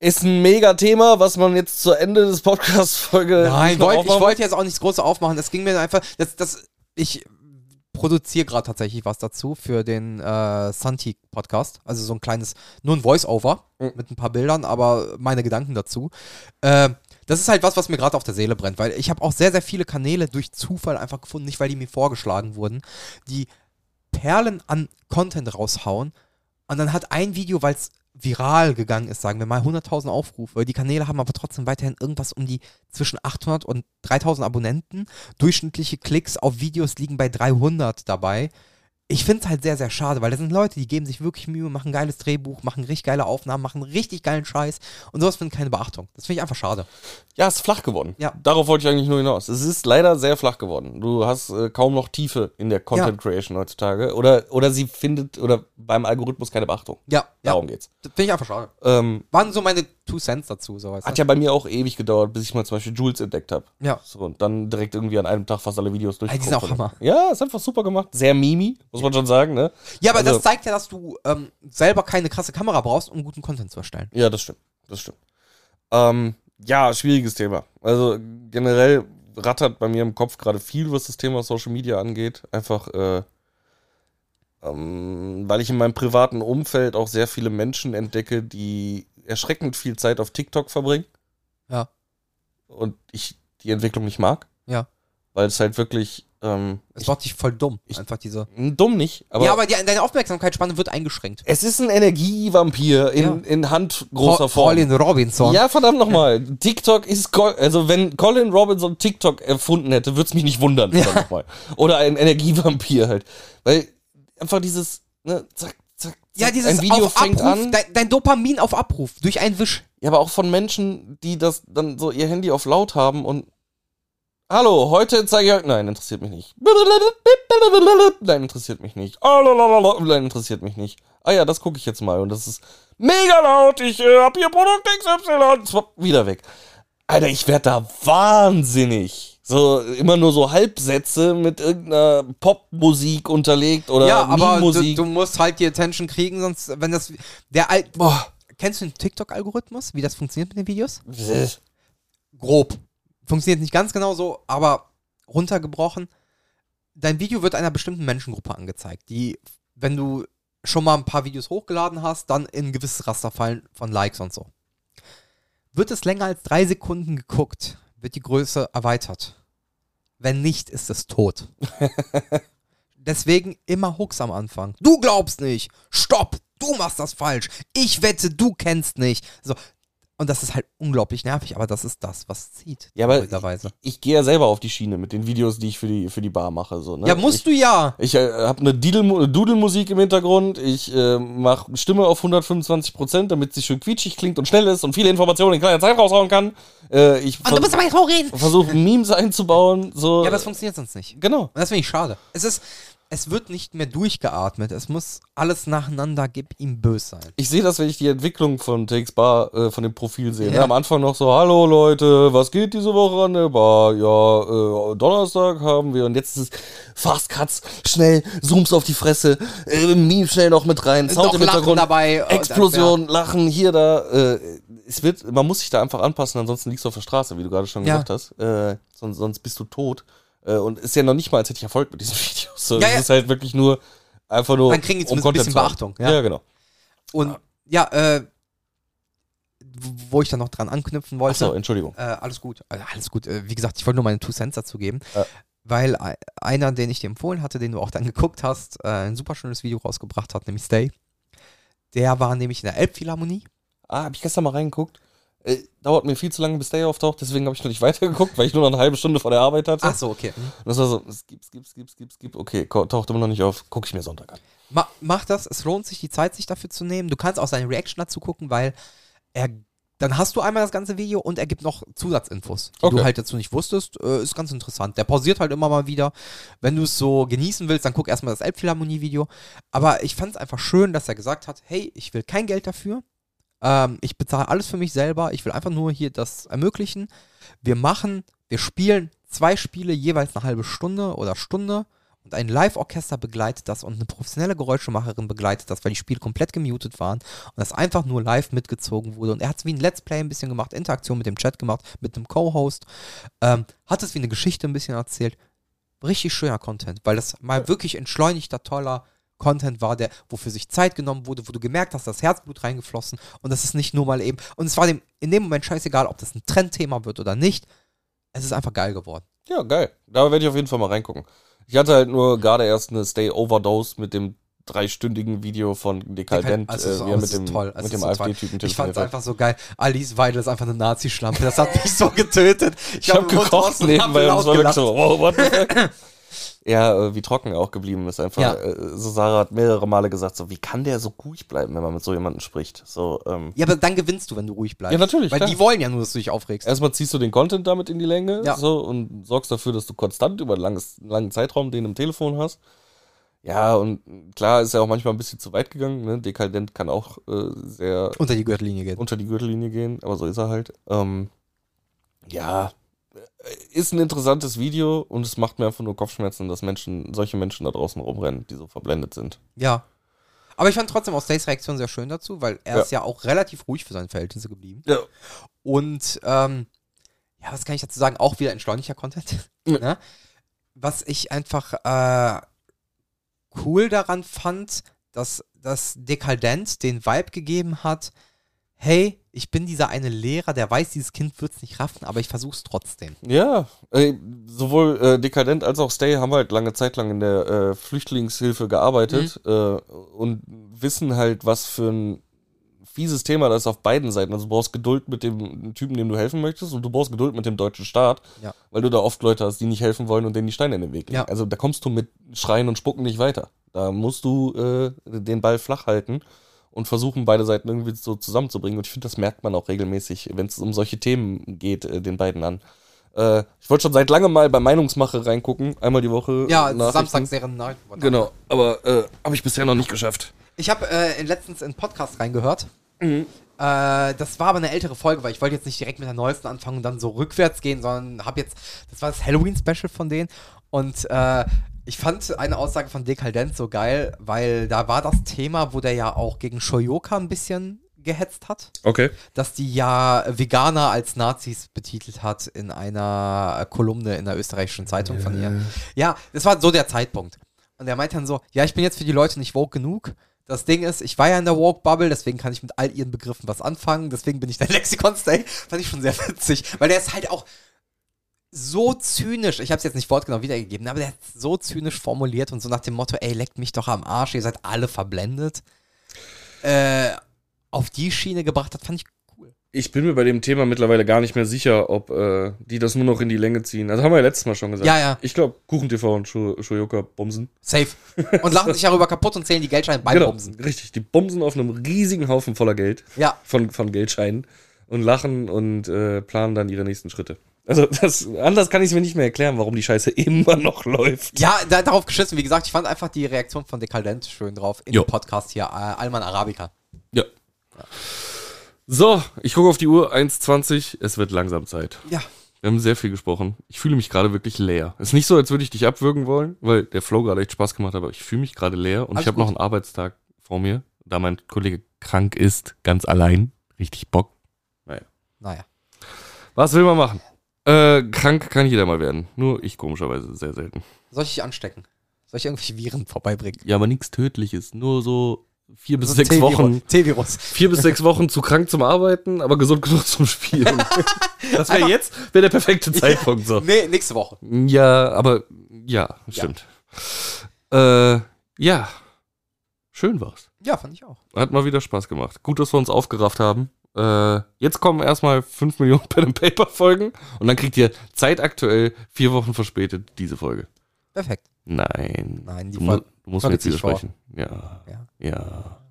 Ist ein mega Thema, was man jetzt zu Ende des Podcasts-Folge.
Nein,
nicht noch
wollt, ich
aufmachen
wollte jetzt auch nichts Großes aufmachen. Das ging mir einfach. Das, das, ich produziere gerade tatsächlich was dazu für den äh, Santi-Podcast. Also so ein kleines, nur ein Voice-Over
Mhm.
mit ein paar Bildern, aber meine Gedanken dazu. Äh, das ist halt was, was mir gerade auf der Seele brennt, weil ich habe auch sehr, sehr viele Kanäle durch Zufall einfach gefunden, nicht weil die mir vorgeschlagen wurden, die Perlen an Content raushauen und dann hat ein Video, weil es viral gegangen ist, sagen wir mal, 100.000 Aufrufe. Die Kanäle haben aber trotzdem weiterhin irgendwas um die zwischen 800 und 3000 Abonnenten. Durchschnittliche Klicks auf Videos liegen bei 300 dabei. Ich finde es halt sehr, sehr schade, weil das sind Leute, die geben sich wirklich Mühe, machen ein geiles Drehbuch, machen richtig geile Aufnahmen, machen richtig geilen Scheiß und sowas findet keine Beachtung. Das finde ich einfach schade.
Ja, ist flach geworden.
Ja.
Darauf wollte ich eigentlich nur hinaus. Es ist leider sehr flach geworden. Du hast äh, kaum noch Tiefe in der Content Creation heutzutage. Oder, oder sie findet oder beim Algorithmus keine Beachtung.
Ja, ja.
Darum geht's.
Das Finde ich einfach schade. Äh,
Ähm,
Waren so meine Two Cents dazu, sowas.
hat ja bei mir auch ewig gedauert, bis ich mal zum Beispiel Jules entdeckt habe.
Ja.
So, und dann direkt irgendwie an einem Tag fast alle Videos durch.
die sind auch Hammer.
Ja, ist einfach super gemacht. Sehr mimi, muss man schon sagen, ne?
Ja, aber
Also-
das zeigt ja, dass du ähm, selber keine krasse Kamera brauchst, um guten Content zu erstellen.
Ja, das stimmt. Das stimmt. Ähm, ja, schwieriges Thema. Also generell rattert bei mir im Kopf gerade viel, was das Thema Social Media angeht. Einfach, äh, ähm, weil ich in meinem privaten Umfeld auch sehr viele Menschen entdecke, die erschreckend viel Zeit auf TikTok verbringen.
Ja.
Und ich die Entwicklung nicht mag.
Ja.
Weil es halt wirklich ähm,
Es macht dich voll dumm.
ich-
einfach diese.
dumm nicht, aber,
ja, aber die, deine Aufmerksamkeitsspanne wird eingeschränkt.
es ist ein Energievampir in, in handgroßer
Col-
Form.
Colin Robinson.
Ja, verdammt nochmal. TikTok ist. Col also, wenn Colin Robinson TikTok erfunden hätte, würde es mich nicht wundern. verdammt nochmal. Oder ein Energievampir halt. Weil einfach dieses. Ne, zack, zack, zack.
Ja, dieses
ein Video
auf
fängt
Abruf,
an.
Dein, dein Dopamin auf Abruf durch einen Wisch.
Ja, aber auch von Menschen, die das dann so ihr Handy auf laut haben und Hallo, heute zeige ich euch. Nein, interessiert mich nicht. Nein, interessiert mich nicht. Ah, Nein, interessiert mich nicht. Ah ja, das gucke ich jetzt mal. Und das ist mega laut. Ich äh, hab hier Produkt XY. Zwapp, Wieder weg. Alter, ich werd da wahnsinnig. So, immer nur so Halbsätze mit irgendeiner Popmusik unterlegt oder
ja, aber du,
Meme-Musik.
du musst halt die Attention kriegen, sonst, wenn das. Der Al
Boah.
Kennst du den TikTok-Algorithmus, wie das funktioniert mit den Videos?
Bäh.
Grob. Funktioniert nicht ganz genau so, aber runtergebrochen. Dein Video wird einer bestimmten Menschengruppe angezeigt, die, wenn du schon mal ein paar Videos hochgeladen hast, dann in ein gewisses Raster fallen von Likes und so. Wird es länger als drei Sekunden geguckt, wird die Größe erweitert. Wenn nicht, ist es tot. Deswegen immer Hooks am Anfang. Du glaubst nicht. Stopp. Du machst das falsch. Ich wette, du kennst nicht. So. Und das ist halt unglaublich nervig, aber das ist das, was zieht.
Ja, aber ich,
möglicherweise.
ich gehe ja selber auf die Schiene mit den Videos, die ich für die, für die Bar mache. So, ne?
Ja, musst du ja.
Ich äh, habe eine Didel- Dudelmusik im Hintergrund. Ich äh, mache Stimme auf 125 Prozent, damit sie schön quietschig klingt und schnell ist und viele Informationen in kleiner Zeit raushauen kann. Äh, ich
Und du musst
vers
aber jetzt hochreden.
versuche Memes einzubauen. So.
Ja, das funktioniert sonst nicht.
genau.
Und das finde ich schade. Es ist, es wird nicht mehr durchgeatmet. Es muss alles nacheinander, gib ihm bös sein.
Ich sehe das, wenn ich die Entwicklung von Takes Bar, äh, von dem Profil sehe. Ne?
Ja.
Am Anfang noch so, hallo Leute, was geht diese Woche an der Bar? Ja, äh, Donnerstag haben wir und jetzt ist es Fast Cuts, schnell, Zooms auf die Fresse, äh, Meme schnell noch mit rein, Sound
Noch
im
Lachen
Hintergrund,
dabei.
Explosion, Lachen, hier, da. Äh, es wird, man muss sich da einfach anpassen, ansonsten liegst du auf der Straße, wie du gerade schon
Ja.
gesagt hast. Äh, sonst, sonst bist du tot. Äh, und ist ja noch nicht mal, als hätte ich Erfolg mit diesen Videos. So,
Ja,
es
ja.
ist halt wirklich nur einfach nur. um
Dann kriegen die zumindest ein
Content
bisschen
zu haben.
Beachtung,
Ja,
ja.
ja genau.
Und ja, äh, wo- wo ich dann noch dran anknüpfen wollte.
Achso, Entschuldigung.
Äh, alles gut, äh, alles gut. Äh, wie gesagt, ich wollte nur meine Two Cents dazu geben,
Ja.
weil ei- einer, den ich dir empfohlen hatte, den du auch dann geguckt hast, äh, ein super schönes Video rausgebracht hat, nämlich Stay. Der war nämlich in der Elbphilharmonie.
Ah, habe ich gestern mal reingeguckt. Äh, dauert mir viel zu lange, bis der auftaucht, deswegen habe ich noch nicht weitergeguckt, weil ich nur noch eine halbe Stunde vor der Arbeit hatte.
so, okay. Mhm.
Und das war so, skip, skip, skip, skip, skip. Okay, ko- taucht immer noch nicht auf. Gucke ich mir Sonntag an.
Ma mach das, es lohnt sich, die Zeit sich dafür zu nehmen. Du kannst auch seine Reaction dazu gucken, weil er dann hast du einmal das ganze Video und er gibt noch Zusatzinfos, die
Okay.
du halt dazu nicht wusstest. Äh, ist ganz interessant. Der pausiert halt immer mal wieder. Wenn du es so genießen willst, dann guck erstmal das Elbphilharmonie-Video. Aber ich fand es einfach schön, dass er gesagt hat, hey, ich will kein Geld dafür. Ähm, ich bezahle alles für mich selber. Ich will einfach nur hier das ermöglichen. Wir machen, wir spielen zwei Spiele jeweils eine halbe Stunde oder Stunde und ein Live-Orchester begleitet das und eine professionelle Geräuschemacherin begleitet das, weil die Spiele komplett gemutet waren und das einfach nur live mitgezogen wurde. Und er hat es wie ein Let's Play ein bisschen gemacht, Interaktion mit dem Chat gemacht, mit einem Co-Host, ähm, hat es wie eine Geschichte ein bisschen erzählt. Richtig schöner Content, weil das mal wirklich entschleunigter, toller Content war, der, wofür sich Zeit genommen wurde, wo du gemerkt hast, das Herzblut reingeflossen und das ist nicht nur mal eben. Und es war dem in dem Moment scheißegal, ob das ein Trendthema wird oder nicht. Es ist einfach geil geworden.
Ja, geil. Da werde ich auf jeden Fall mal reingucken. Ich hatte halt nur gerade erst eine Stay-Overdose mit dreistündigen Video von Dekadent,
Also, es ist-
äh, wie er
es
mit
ist
dem,
toll, es
mit
ist
dem
so toll.
AfD-Typen
Ich fand es
hat.
einfach so geil. Alice Weidel ist einfach eine Nazi-Schlampe. Das hat mich so getötet.
Ich habe
hab im Mund
gekocht
draußen
nebenbei und
laut
es war
gelacht.
wirklich so, wow, what the fuck? Ja, äh, wie trocken er auch geblieben ist einfach.
Ja.
Äh, So Sarah hat mehrere Male gesagt, so wie kann der so ruhig bleiben, wenn man mit so jemandem spricht? So, ähm,
Ja, aber dann gewinnst du, wenn du ruhig bleibst.
Ja, natürlich,
Weil
klar.
die wollen ja nur, dass du dich aufregst.
erstmal ziehst du den Content damit in die Länge
Ja.
so, und sorgst dafür, dass du konstant über einen langes, langen Zeitraum den im Telefon hast. Ja, und klar ist er auch manchmal ein bisschen zu weit gegangen. Ne? Dekadent kann auch äh, sehr
Unter die Gürtellinie geht.
unter die Gürtellinie gehen, aber so ist er halt. Ähm, ja, äh, ist ein interessantes Video und es macht mir einfach nur Kopfschmerzen, dass Menschen, solche Menschen da draußen rumrennen, die so verblendet sind.
Ja. Aber ich fand trotzdem auch Stays Reaktion sehr schön dazu, weil er
Ja.
ist ja auch relativ ruhig für seine Verhältnisse geblieben.
Ja.
Und ähm, ja, was kann ich dazu sagen? Auch wieder entschleunigter Content.
Ja.
Ne? Was ich einfach äh, cool daran fand, dass das Dekadent den Vibe gegeben hat, hey, ich bin dieser eine Lehrer, der weiß, dieses Kind wird es nicht raffen, aber ich versuch's trotzdem.
Ja, äh, sowohl äh, Dekadent als auch Stay haben halt lange Zeit lang in der äh, Flüchtlingshilfe gearbeitet
Mhm.
äh, und wissen halt, was für ein fieses Thema das ist auf beiden Seiten. Also du brauchst Geduld mit dem Typen, dem du helfen möchtest und du brauchst Geduld mit dem deutschen Staat,
Ja.
weil du da oft Leute hast, die nicht helfen wollen und denen die Steine in den Weg legen.
Ja.
Also da kommst du mit Schreien und Spucken nicht weiter. Da musst du äh, den Ball flach halten und versuchen, beide Seiten irgendwie so zusammenzubringen. Und ich finde, das merkt man auch regelmäßig, wenn es um solche Themen geht, äh, den beiden an. Äh, Äh, ich wollte schon seit langem mal bei Meinungsmache reingucken, einmal die Woche.
Ja,
Nachrichten.
samstags deren Nachrichten.
Genau, aber äh, habe ich bisher noch nicht geschafft.
Ich habe äh, letztens in einen Podcast reingehört. Äh, das war aber eine ältere Folge, weil ich wollte jetzt nicht direkt mit der neuesten anfangen und dann so rückwärts gehen, sondern habe jetzt, das war das Halloween-Special von denen und äh, ich fand eine Aussage von Dekaldent so geil, weil da war das Thema, wo der ja auch gegen Shoyoka ein bisschen gehetzt hat
Okay.
dass die ja Veganer als Nazis betitelt hat in einer Kolumne in der österreichischen Zeitung von ihr. Ja, das war so der Zeitpunkt. Und er meinte dann so, ja, ich bin jetzt für die Leute nicht woke genug. Das Ding ist, ich war ja in der Woke-Bubble, deswegen kann ich mit all ihren Begriffen was anfangen, deswegen bin ich dein Lexikon-Stay. Fand ich schon sehr witzig, weil der ist halt auch so zynisch, ich habe es jetzt nicht wortgenau wiedergegeben, aber der hat so zynisch formuliert und so nach dem Motto, ey, leckt mich doch am Arsch, ihr seid alle verblendet, äh, auf die Schiene gebracht hat, fand ich cool.
Ich bin mir bei dem Thema mittlerweile gar nicht mehr sicher, ob äh, die das nur noch in die Länge ziehen. Also haben wir ja letztes Mal schon gesagt.
Ja, ja.
Ich glaube, Kuchentv und Sho- Shoyoka bumsen.
Safe. Und lachen sich darüber kaputt und zählen die Geldscheine beim Bumsen.
Genau. Richtig, die bumsen auf einem riesigen Haufen voller Geld.
Ja.
Von, von Geldscheinen. Und lachen und äh, planen dann ihre nächsten Schritte. Also das, anders kann ich es mir nicht mehr erklären, warum die Scheiße immer noch läuft.
Ja, da, darauf geschissen. Wie gesagt, ich fand einfach die Reaktion von Dekadent schön drauf in
Jo.
dem Podcast hier. Äh, Alman Arabica.
Ja. So, ich gucke auf die Uhr, 1.20, es wird langsam Zeit.
Ja.
Wir haben sehr viel gesprochen. Ich fühle mich gerade wirklich leer. Ist nicht so, als würde ich dich abwürgen wollen, weil der Flow gerade echt Spaß gemacht hat, aber ich fühle mich gerade leer und
Alles
ich habe
gut.
noch einen Arbeitstag vor mir, da mein Kollege krank ist, ganz allein. Richtig Bock.
Naja.
Was will man machen? Äh, krank kann jeder mal werden. Nur ich komischerweise sehr selten.
Soll ich dich anstecken? Soll ich irgendwelche Viren vorbeibringen?
Ja, aber nichts Tödliches. Nur so vier bis
So
sechs
T-Virus-
Also Wochen.
T-Virus.
Vier bis sechs Wochen zu krank zum Arbeiten, aber gesund genug zum Spielen. Das wäre jetzt wär der perfekte Zeitpunkt so.
Nee, nächste Woche.
Ja, aber ja, stimmt. Äh, ja. Schön war's.
Ja, fand ich auch.
Hat mal wieder Spaß gemacht. Gut, dass wir uns aufgerafft haben. Äh, jetzt kommen erstmal 5 Millionen Pen and Paper Folgen und dann kriegt ihr zeitaktuell vier Wochen verspätet diese Folge.
Perfekt.
Nein.
Nein, die
du, mu
Folge-
du musst
Folge
mir jetzt
zieht
widersprechen. Ja.
Ja.
Ja.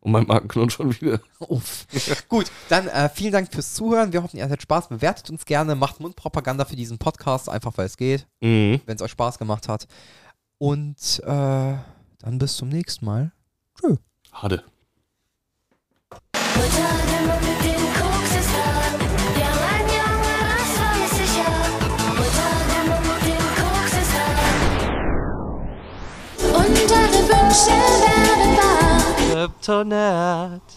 Und mein Markenknurren schon wieder.
Uff. Gut, dann äh, vielen Dank fürs Zuhören. Wir hoffen, ihr hattet Spaß. Bewertet uns gerne. Macht Mundpropaganda für diesen Podcast, einfach weil es geht,
Mhm.
wenn es euch Spaß gemacht hat. Und äh, dann bis zum nächsten Mal. Tschö.
Hade.
Ocağın bir koksuz dağ, yalan yalan asfaltı şah. Ocağın bir koksuz dağ. Unter der Büchse werde da.
Kryptonite.